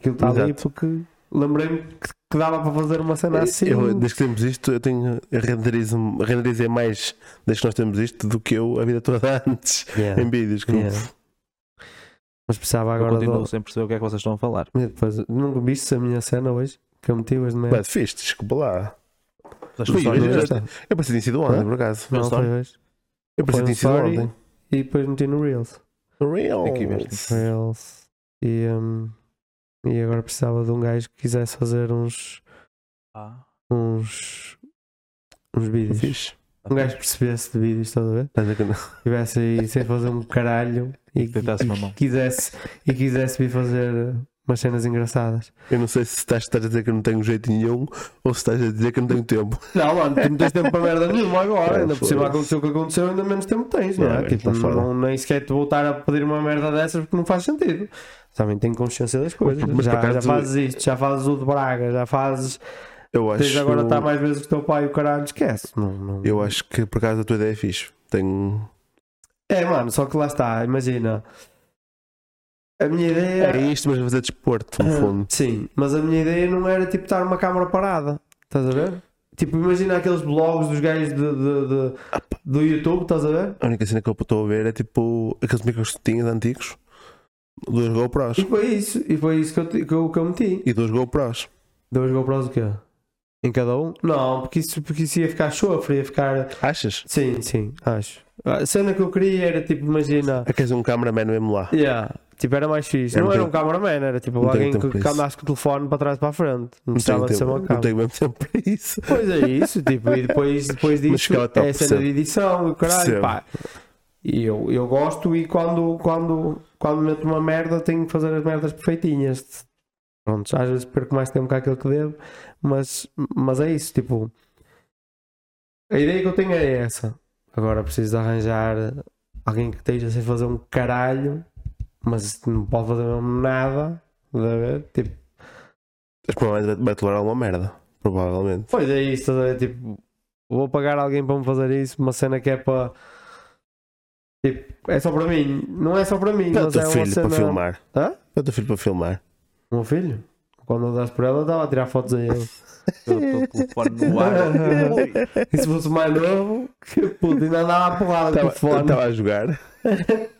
A: aquilo está ali
B: Exato.
A: porque lembrei-me que, que dava para fazer uma cena assim.
B: Eu, desde que temos isto, eu tenho eu renderizo, renderizei mais desde que nós temos isto do que eu a vida toda antes
A: Yeah,
B: em vídeos. com-
A: yeah. Mas precisava
C: Eu
A: agora de...
C: continuo sem perceber o que é que vocês estão a falar.
A: Mas Depois, nunca viste a minha cena hoje, que eu meti hoje de manhã.
B: Pá, fixe, desculpa lá.
C: Vocês
B: Ui,
C: estão a
B: eu-
C: ver?
A: Já
B: eu-
A: está.
B: Eu pensei que tinha sido ontem,
A: Hã?
B: por acaso.
A: Não, foi
C: story?
A: hoje.
B: Eu pensei que tinha sido
A: Foi um story.
B: ontem.
A: E depois meti no Reels.
B: Real.
C: Tem que ir ver.
A: Reels. E, hum, e agora precisava de um gajo que quisesse fazer uns.
C: Ah,
A: uns. uns vídeos.
B: Fixe.
A: Um gajo que percebesse de vídeos, estás a ver?
B: Estás a ver que não-
A: estivesse aí sem fazer um caralho e que-
C: Deitasse uma mão.
A: quisesse e quisesse vir fazer umas cenas engraçadas.
B: Eu não sei se estás, estás a dizer que eu não tenho jeito nenhum ou se estás a dizer que eu não tenho tempo.
A: Não, mano, tu não tens tempo para merda nenhuma agora,
B: É,
A: ainda por cima
B: foda-se.
A: aconteceu o que aconteceu, ainda menos tempo tens, não
B: É,
A: é?
B: bem,
A: tipo,
B: tá fora.
A: não, nem sequer te voltar a pedir uma merda dessas porque não faz sentido. Também tenho consciência das coisas.
B: Mas por
A: já, já
B: acaso-
A: fazes isto, já fazes o de Braga, já fazes.
B: Eu acho
A: Tens agora
B: que eu-
A: estar mais vezes que o teu pai e o caralho esquece. Não, não...
B: Eu acho que por acaso a tua ideia é fixe. Tenho.
A: É, mano, só que lá está, imagina. A minha ideia
B: É isto, mas vou fazer desporto, no
A: Ah,
B: fundo.
A: Sim, mas a minha ideia não era tipo estar uma câmara parada, estás a ver? Tipo, imagina aqueles blogs dos gajos de, de- de- do YouTube, estás a ver?
B: A única cena que eu estou a ver é tipo aqueles micros que tinhas antigos, duas GoPros.
A: E foi isso, e foi isso que eu, ti- que eu, que eu meti.
B: E duas GoPros.
A: Dois GoPros o quê? Em cada um? Não, porque isso, porque isso ia ficar chofre, ia ficar.
B: Achas?
A: Sim, sim, acho. A cena que eu queria era tipo, imagina.
B: Ah, queres um cameraman mesmo lá?
A: Yeah. Tipo, era mais fixe.
B: Eu
A: Não,
B: não
A: era
B: tenho-
A: um cameraman, era tipo
B: não tenho
A: alguém
B: tempo
A: que
B: para isso.
A: andasse com o telefone para trás e para a frente. Não
B: Não tenho,
A: precisava de ser
B: tempo,
A: uma
B: não
A: câmera.
B: tenho mesmo tempo para isso.
A: Pois é isso, é tipo, e depois, depois disso
B: chegava a tal
A: é a cena
B: tá percebo.
A: de edição, e o caralho,
B: Percebo.
A: pá. E eu, eu gosto e quando, quando, quando meto uma merda tenho que fazer as merdas perfeitinhas. Pronto, às vezes perco mais tempo que aquilo que devo, mas, mas é isso, tipo. A ideia que eu tenho é essa. Agora preciso de arranjar alguém que esteja sem fazer um caralho, mas não pode fazer mesmo nada. estás a ver? Tipo,
B: Mas provavelmente vai- vai tolerar alguma merda. Provavelmente.
A: Pois é isso, estás a ver? Tipo, vou pagar alguém para me fazer isso, uma cena que é para. Tipo, é só para mim. Não é só para mim,
B: Para o
A: mas é
B: teu
A: uma
B: filho
A: cena.
B: para filmar.
A: Hã?
B: Para o teu filho para filmar.
A: O meu filho? Quando andaste por ela, eu estava a tirar fotos a ele.
C: Eu estou com o telefone no ar. Ui,
A: E se fosse mais novo, que puto, ainda andava a porrada com o
B: Estava
A: fone.
B: estava a jogar.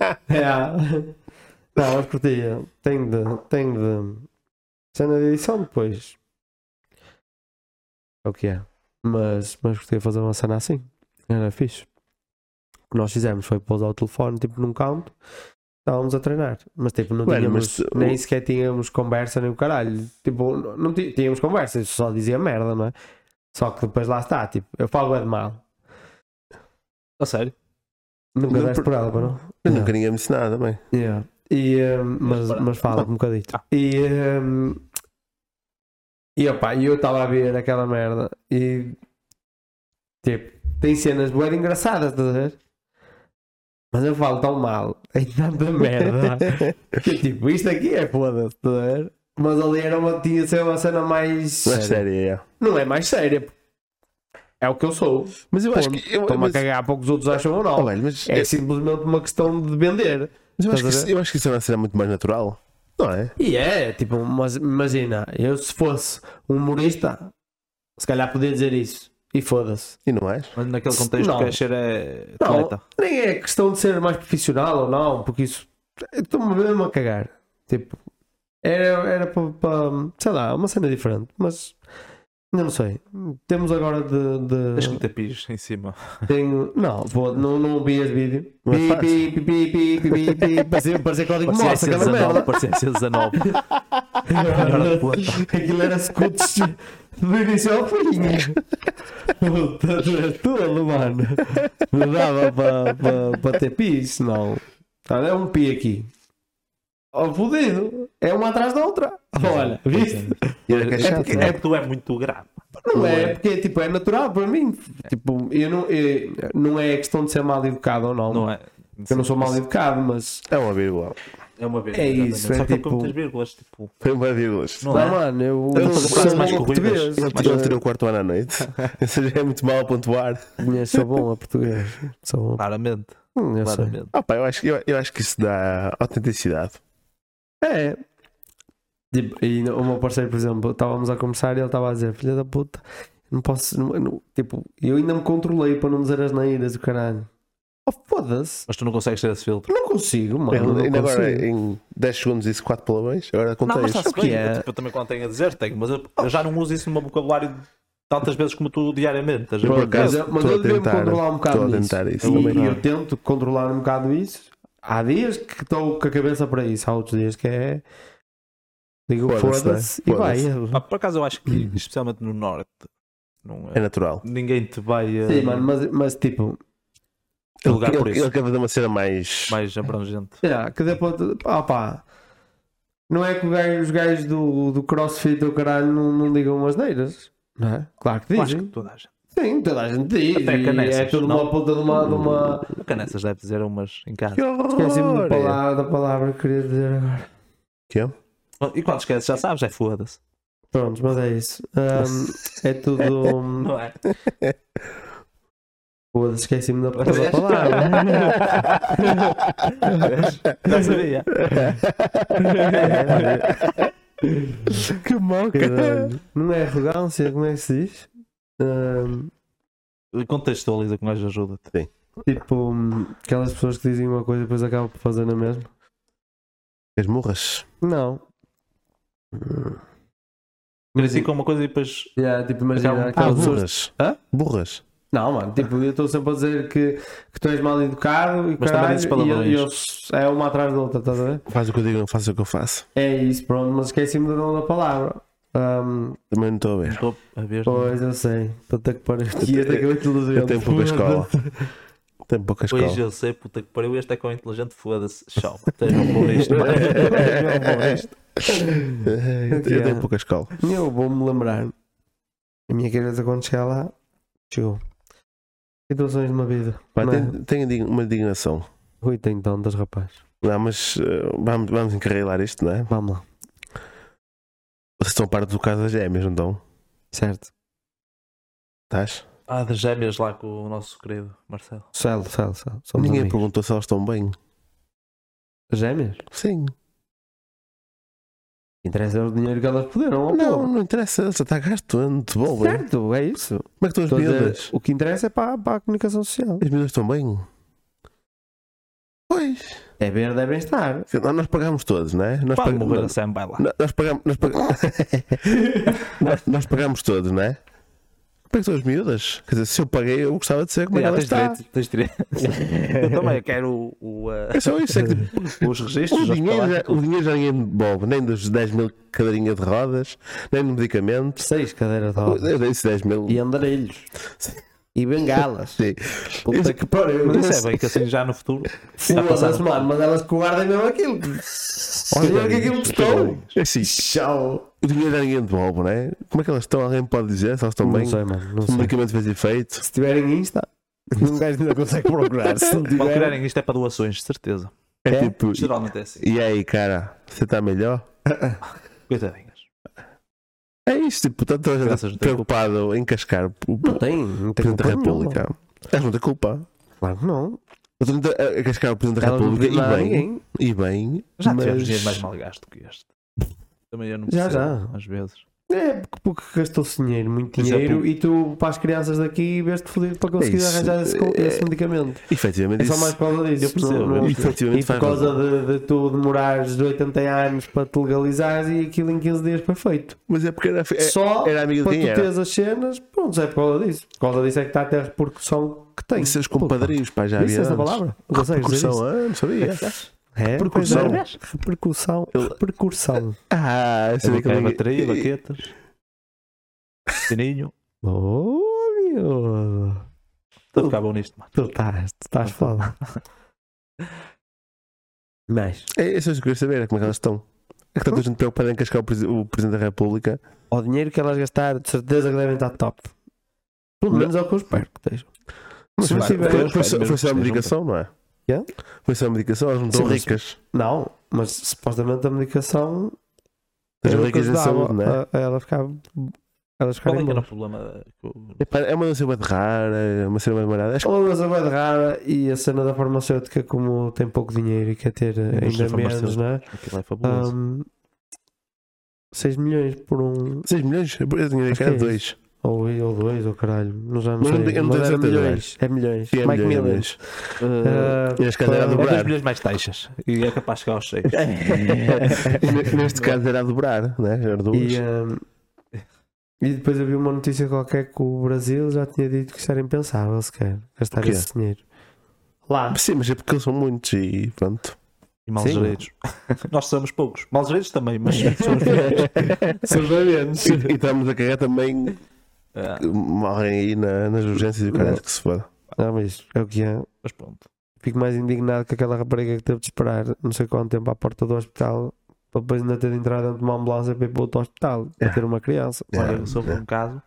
A: É. Não, mas curtia. Tenho de. Tenho de. Cena de edição depois. É o que é. Mas, mas curtia fazer uma cena assim. Era fixe. O que nós fizemos foi pousar o telefone tipo num canto. Estávamos a treinar. Mas tipo, não
B: Mano,
A: tínhamos.
B: mas uh, tu-
A: Nem sequer tínhamos conversa nem o caralho. Tipo, não não ti- tínhamos conversa. Isso só dizia merda, não é? Só que depois lá está. Tipo, eu falo é de mal.
C: A sério.
A: Nunca
B: Não,
A: deste
B: por-
A: por ela, não?
B: Eu Nunca ninguém me disse nada, bem.
A: Yeah. E, um, mas,
C: para-
A: mas fala um bocadito.
C: Ah.
A: E, um, e opa, eu estava a ver aquela merda e tipo, tem cenas bem engraçadas, estás a ver? Mas eu falo tão mal, em tanta merda, que tipo, isto aqui é foda-se, estás a ver? Mas ali era uma, tinha de ser uma cena mais.
B: Mas sério, é.
A: Não é mais séria. É o que eu sou.
B: Mas eu acho
A: Ponto.
B: que. Eu,
A: Estou-me
B: mas,
A: a cagar para o que os outros acham ou
B: Oh,
A: não.
B: velho, mas,
A: É simplesmente uma questão de vender.
B: mas eu, acho que,
A: estás a
B: isso- eu acho que isso é uma cena muito mais natural. Não é?
A: E é, tipo, mas imagina, eu se fosse um humorista, se calhar podia dizer isso. E foda-se.
B: E não é? és?
C: Mas naquele contexto
A: Não.
C: que queres ser é
A: Não.
C: atleta.
A: Nem é questão de ser mais profissional ou não, porque isso. Estou-me mesmo a cagar. Tipo, era, era para, Sei lá, uma cena diferente, mas. Ainda não sei. Temos agora de. de-
C: Tens que meter pires em cima.
A: tenho- Não, vou, não, não vi esse vídeo.
B: Mas
A: Pi,
B: faz.
A: pi, pi, pi, pi, pi, pi, pi. Parecia- Parecia código morse, aquela merda.
C: parecia C19. Merda de puta.
A: Aquilo era scuts do início ao fim. Puta, tu és tolo, mano. Não dava para pa, pa ter pi, isso não. Olha, é um pi aqui. Ó, fodido. É uma atrás da outra. Olha, viste?
B: E era que é
C: É
B: chato.
C: porque,
B: não é?
C: é porque tu é muito grave.
A: Não é, porque tipo, é natural para mim. Tipo, eu não, eu- não é questão de ser mal educado ou não.
C: Não é?
A: Eu não sou mal educado, mas.
B: É uma vírgula.
C: É uma vírgula.
A: É
C: exatamente.
A: isso, é
C: Só que é
A: tipo-
C: muitas vírgulas, tipo.
B: Foi uma vírgula.
C: Não é?
A: mano, eu.
B: Eu não sou
A: sou
B: quase mais
A: bom a
C: corridas.
A: português.
B: Ele tirou, ele tirou o quarto ano à noite. Ou seja, é muito mal a pontuar.
A: Mas Tipo, Sou bom a português. Sou bom a
C: Claramente.
A: Hum, eu sei.
C: Claramente.
B: Ah, pá, eu acho, que- eu, eu acho que isso dá autenticidade.
A: É. Tipo, e o meu parceiro, por exemplo, estávamos a conversar e ele estava a dizer: Filha da puta, não posso. não- não- tipo, eu ainda me controlei para não dizer as neiras do caralho. Oh, foda-se.
C: Mas tu não consegues ter esse filtro.
A: Não consigo, mano.
B: Ele-
A: não
B: ainda agora,
A: consigo.
B: em 10 segundos, disse 4 palavrões. Agora
C: Não,
B: contei.
C: mas está-se
A: o que
C: bem.
A: é?
C: Eu, tipo, eu também quando tenho a dizer, tenho, mas eu, eu já não uso isso no meu vocabulário tantas vezes como tu diariamente. tá estás a ver?
B: Por acaso,
A: Mas eu- mas
B: estou a
A: eu devia-me
B: tentar-
A: controlar um bocado
B: estou a
A: nisso.
B: tentar isso
A: E
B: também.
A: eu tento controlar um bocado isso. Há dias que estou com a cabeça para isso, há outros dias que é. Digo
B: Foda-se,
A: foda-se
B: né?
A: e vai.
C: Ah, por acaso eu acho que, especialmente no norte, não
B: É
C: é,
B: natural.
C: ninguém te vai eh,
A: Sim, mano, mas, mas tipo,
B: Ele,
C: julgar por
B: ele-
C: isso.
B: ele quer fazer uma cena mais.
C: mais abrangente.
A: Yeah, que dê para. Ah, pá. Não é que o gajo- os gajos do, do crossfit ou caralho não, não digam umas neiras, não é? Claro que
C: Eu acho que
A: dizem.
C: toda a gente.
A: Sim, toda a gente diz.
C: Até
A: e
C: canessas,
A: é tudo
C: não?
A: uma puta de uma. De uma...
C: O Canessas deve dizer umas em casa.
B: Que horror!
A: Esqueci-me da palavra, da palavra que queria dizer agora.
C: E quando esqueces, já sabes, é foda-se.
A: Pronto, mas é isso. Ahm, é tudo.
C: Não é?
A: Pô, Esqueci-me da puta da
C: é-
A: palavra.
C: Não sabia.
B: que mal, cara.
A: Caralho. Não é arrogância, como é que se diz? Um, Ahm,
C: Contextualiza com gajo ajuda-te.
A: tipo, aquelas pessoas que dizem uma coisa e depois acabam por fazer na mesma.
B: As murras.
A: Não.
C: Criticam assim uma coisa e depois.
A: Yeah, tipo, imagina
C: Acabam-
A: aquelas
B: ah,
A: pessoas.
B: burras.
A: Hã?
B: Burras.
A: Não, mano, tipo, eu estou sempre a dizer que, que tu és mal educado e
C: Mas também
A: caralho,
C: dizes
A: e eu,
C: palavrões.
A: e eu- é uma atrás da outra, estás a ver?
B: Faz o que eu digo, não faz o que eu faço.
A: É isso, pronto, mas esqueci-me do nome da palavra. Ahm,
B: Também não estou a ver.
C: Estou a ver.
A: é, pois, eu sei, puta que pariu,
B: Eu
A: ia ter
B: te-
A: que
B: Eu tenho pouca escola. Tem pouca escola.
C: Pois eu sei, puta que pariu, este é com inteligente, foda-se. Chama, tens um bom isto, mano.
B: É.
A: É,
B: eu
A: Que é?
B: tenho pouca escola.
A: Eu vou-me lembrar. A minha cabeça quando chegar lá, chegou. Situações de uma vida.
B: Pá,
A: não é?
B: tenho, tenho dig- uma indignação.
A: Rui tem tantas, rapaz.
B: Não, mas eh, vamos, vamos encarregar isto, não é?
A: Vamos lá.
B: Vocês estão a par do caso é das gêmeas, não estão?
A: Certo.
B: Estás?
C: Ah, das gêmeas lá com o nosso querido Marcelo.
A: Celo, celo, celo. Somos
B: Ninguém
A: amigos.
B: perguntou se elas estão bem.
A: Gêmeas?
B: Sim.
A: Interessa é o dinheiro que elas puderam. ó,
B: Não,
A: pô.
B: não interessa. Já está gasto ando de bom, bem.
A: Certo, é isso.
B: Como é que estão as
A: Estou a dizer,
B: miúdas?
A: o que interessa é para, para a comunicação social.
B: As miúdas estão bem? Pois.
A: É ver, devem estar.
B: Nós- Nós pagámos todos, não é? Nós pag-
C: Quando morrer a
B: nós-
C: Sam, vai lá.
B: Nós pagámos. Nós, pag... nós, nós pagámos todos, não é? Como é que estão as miúdas? Quer dizer, se eu paguei, eu gostava de saber como é que
C: Já,
B: ela
C: tens
B: está.
C: direito, tens direito. Eu também quero o- o, eh,
B: É só isso, é que
C: os é, registros.
B: o
C: as
B: dinheiro, já, o
C: palavras.
B: dinheiro já ninguém me devolve, nem dos 10 mil cadeirinha de rodas, nem no medicamento. é,
A: Seis cadeiras de rodas.
B: Eu disse 10 mil.
A: Ah. E é andarilhos. E bengalas.
B: Sim.
A: Puta
B: Isso-
A: que pariu.
C: Mas isso é bem que assim já no futuro.
A: Sim,
C: Vai passar.
A: mas, mano, mas elas guardam mesmo aquilo. Olha o que aquilo custou.
B: É assim,
A: Tchau.
B: o dinheiro já ninguém me devolve, não é? Como é que elas estão? Alguém me pode dizer se elas estão bem?
A: Não sei, mano. Não
B: Se o
A: sei.
B: medicamento fez efeito?
A: Se tiverem Insta, um gajo ainda consegue procurar. Se não
C: Se
A: tiverem.
C: procurarem isto é para doações, de certeza.
B: É,
A: É?
B: tipo,
C: Geralmente é assim.
B: e aí, cara, você está melhor?
C: Coitadinhas.
B: É isto, tipo, tanto a gente
C: Crianças não têm
B: preocupado em cascar o
A: Não tem, não tem
B: Presidente da
A: culpa nenhuma.
B: República. Elas não têm culpa.
A: Claro que não.
B: Eu estou a- a cascar o Presidente da
A: Elas não
B: República
A: dizem nada a
B: e bem,
A: ninguém.
B: e bem.
C: Já
B: mas-
C: tivemos dinheiro mais mal gasto que este. Também eu não
A: Já,
C: percebo,
A: já.
C: às vezes.
A: É, porque- porque gastou-se dinheiro, muito
C: Mas é
A: dinheiro,
C: por-
A: e tu para as crianças daqui veste fodido para conseguir
B: isso.
A: arranjar esse, co-
B: É-
A: esse medicamento.
B: Efetivamente,
A: É só
B: isso-
A: mais por causa disso.
C: Eu percebo,
A: não- não-
C: eu
B: efetivamente
A: E por
B: faz
A: causa
B: razão.
A: de, de tu demorares 80 anos para te legalizares e aquilo em 15 dias foi feito.
B: Mas é porque era, é-
A: Só
B: era amigo
A: para
B: de
A: tu
B: quem era.
A: teres as cenas, pronto, é por causa disso. Por causa disso é que está até a repercussão que tem.
B: E seus
A: Pô,
B: compadrinhos, pá, já havia
A: Disse essa
B: antes.
A: palavra? Consegues dizer
B: é Repercussão, ah, não sabia.
A: isso? É,
B: Repercussão.
A: pois é. Repercussão. Repercussão.
B: Ah, eu sabia que
C: É
B: ninguém-
C: bateria, baquetas. Sininho.
A: Oh, meu.
C: Estou a ficar bom nisto, mano.
A: Tu estás, tu estás foda. Mas,
B: É isso que eu queria saber, é como é que elas estão. É que está toda a gente preocupada em cascar o, presi- o Presidente da República.
A: ao dinheiro que elas gastaram, de certeza que devem estar top. Pelo
B: Não.
A: menos é o que eu espero que estejam.
B: Mas
A: Se
B: foi,
A: tiver-
B: foi, foi, só-
C: Espero
B: foi só a
C: mesmo que
B: medicação, não é?
A: Quê?
B: Foi só a medicação, elas não estão
A: Sim, mas-
B: ricas.
A: Não, mas supostamente a medicação.
B: Estão
A: era o que
B: ricas em
A: ajudava
B: saúde, não é?
A: a- a Ela ficar. Elas
C: Qual é
A: ficarem
C: que era o
A: boas.
C: problema? com-
B: Epá, É uma doença bué de rara, é uma cena bué de marada. Acho que
A: Uma coisa bem rara e a cena da farmacêutica, como tem pouco dinheiro e quer ter
C: indústria
A: ainda menos,
C: farmacêutica.
A: não é?
C: Aquilo é fabuloso.
A: 6 milhões por um.
B: 6 milhões? Eu tinha
A: Acho
B: que
A: que é
B: era 2.
A: Ou, ou dois, ou caralho. Não já não
B: Mas não
A: sei.
B: tenho- eu não tenho
A: Mas era
B: certeza,
A: milhões. É milhões.
B: Sim, é
A: Mike
B: milhões, é
A: Miller.
B: milhões.
C: Uh,
A: Ah,
B: E as cadeiras
A: para-
B: do
C: é
B: dobrar.
C: 2 milhões mais taxas. E é capaz de chegar aos 6.
A: É.
B: Ne- Neste caso era a dobrar, né? Era
A: E,
B: duas.
C: eh,
A: hum, e depois havia uma notícia qualquer que o Brasil já tinha dito que isso era impensável sequer
B: O
A: gastar
B: quê?
A: esse dinheiro. Lá.
B: Sim, mas é porque eles são muitos e pronto.
C: E mal
A: Sim.
C: geridos. Nós somos poucos. Mal geridos também, mas somos
A: Seus
B: E, e estamos a cagar também
C: Ah,
B: que morrem aí na- nas urgências e o caralho que se foda.
A: Não, mas é o que é.
C: mas pronto.
A: Fico mais indignado que aquela rapariga que teve de esperar não sei quanto tempo à porta do hospital para depois ainda ter de entrar dentro de uma ambulância para ir para outro hospital para
B: Yeah.
A: ter uma criança.
B: Yeah.
C: Olha, soube um caso de um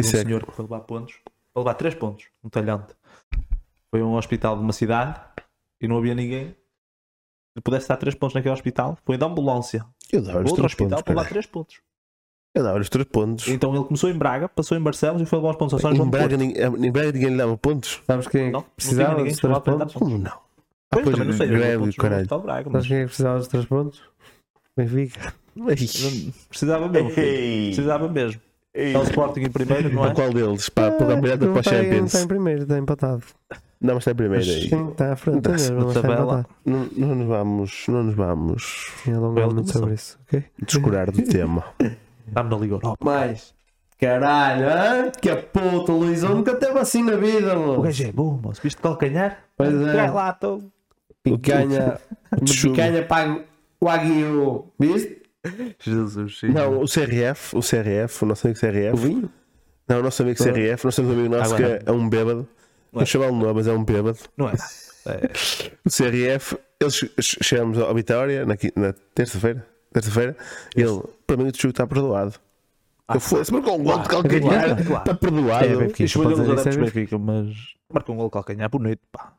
B: Isso é-
C: senhor que foi levar pontos. Foi levar 3 pontos, um talhante. Foi a um hospital de uma cidade e não havia ninguém que pudesse dar 3 pontos naquele hospital. Foi da ambulância.
B: Eu dava
C: Outro hospital para
B: pontos.
C: levar
B: caralho.
C: 3 pontos.
B: Eu dava os 3 pontos.
C: Então ele começou em Braga, passou em Barcelos e foi levar os pontos ao São João
B: Em
C: do Porto.
B: Braga, ninguém, em Braga ninguém lhe dava pontos?
A: Sabes quem é
C: Não,
A: que
C: não tinha
A: precisava
C: ninguém
A: dos
C: que lá
A: três
C: para dar
A: pontos?
C: pontos.
B: Como não? Ah,
C: Pois,
B: pois,
C: também não sei, levou
B: greve,
C: pontos no
B: caralho.
C: hospital de Braga, mas
A: Sabes quem é que precisava dos três pontos? Benfica.
B: Ei.
C: precisava mesmo. filho. Precisava mesmo. É o Sporting em primeiro, não é?
B: Para qual deles? Para, para a melhor da
A: Não
B: para a
A: está em- Não está em
B: Champions?
A: primeiro, está empatado.
B: Não, mas está em primeiro aí.
A: Sim, tá, está à frente
B: Dá-se
A: mesmo,
C: na
A: mas está
C: tabela.
A: empatado.
B: Não, não nos vamos, não nos vamos
A: Sim, alongar
C: Bela
A: muito sobre isso, ok?
B: descurar do tema.
C: Estava na Liga Europa.
A: Mais. Caralho, hã? que a puta, Luizão nunca teve assim na vida,
C: O
A: mano.
C: gajo é bom, moço. Viste de calcanhar?
A: Pois é.
C: Vai lá, então. estou.
A: Picanha,
B: Chuva.
A: picanha paga o aguinho, viste?
C: Jesus, sim.
B: Não, o CRF, o CRF, o nosso amigo
A: O
B: CRF.
A: vinho?
B: Não, o nosso amigo CRF, nós temos um amigo nosso que
C: Agora.
B: é um bêbado
C: Não é.
B: Não chamá-lo nome, mas é um bêbado.
C: Não é? É,
B: O CRF, eles che- che- chegamos à Vitória na, qui- na terça-feira. Terça-feira, e ele, para mim, o jogo está perdoado. eu fosse, marcou um gol de
C: claro,
B: calcanhar,
C: claro, claro.
B: está perdoado.
A: É, Benfica.
C: Deixa eu
A: para
C: olhar os
B: um
A: dizer
C: adeptos
A: isso
C: do
A: é
C: Benfica, mas marcou um gol de calcanhar bonito, pá.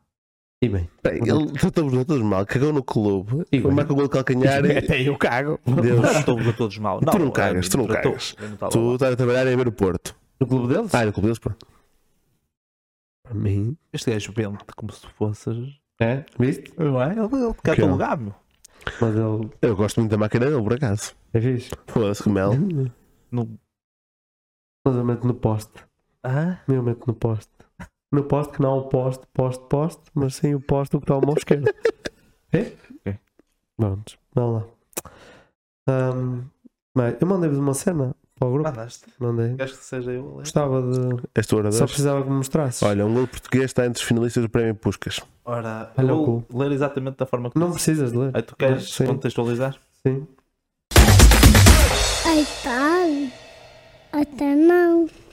A: E bem,
B: Bem, ele tratou-nos a todos mal, cagou no clube,
A: E bem.
B: marca o gol de calcanhar. e-
A: até eu cago.
B: Deus,
C: Estou a todos mal.
B: Tu não
C: é,
B: cagas, tu não
C: tratou.
B: cagas.
C: Não tá lá.
B: tu estás a trabalhar e a ver o Porto.
A: No clube deles?
B: Ah, no clube deles, pronto.
A: Para mim.
C: Este gajo vende como se fosses.
A: É? Viste?
C: Não é? Ele, ele te cata
B: Que
C: o
B: não.
C: lugar, meu.
A: Mas ele.
B: Eu gosto muito da máquina dele, por acaso.
A: É fixe.
B: Foda-se, Mel.
C: Não...
A: Mas eu meto no poste.
C: Ah?
A: Eu meto no poste. No poste que não é um poste, poste, poste, mas sim o poste que está ao meu esquerdo. É?
C: Ok.
A: Pronto, vamos lá. Ahm, mas eu mandei-vos uma cena para o grupo.
C: Mandaste.
A: Mandei.
C: Queres que seja eu a ler?
A: Gostava de.
B: És tu
A: Só
B: orador?
A: precisava que me mostrasses.
B: Olha, um gol português está entre os finalistas do Prémio Puscas.
C: Ora,
A: Olha o
C: vou ler exatamente da forma que
A: Não
C: tu-
A: precisas de ler.
C: Aí tu queres
A: Sim.
C: contextualizar?
A: Sim.
D: Ai, pai. Até não.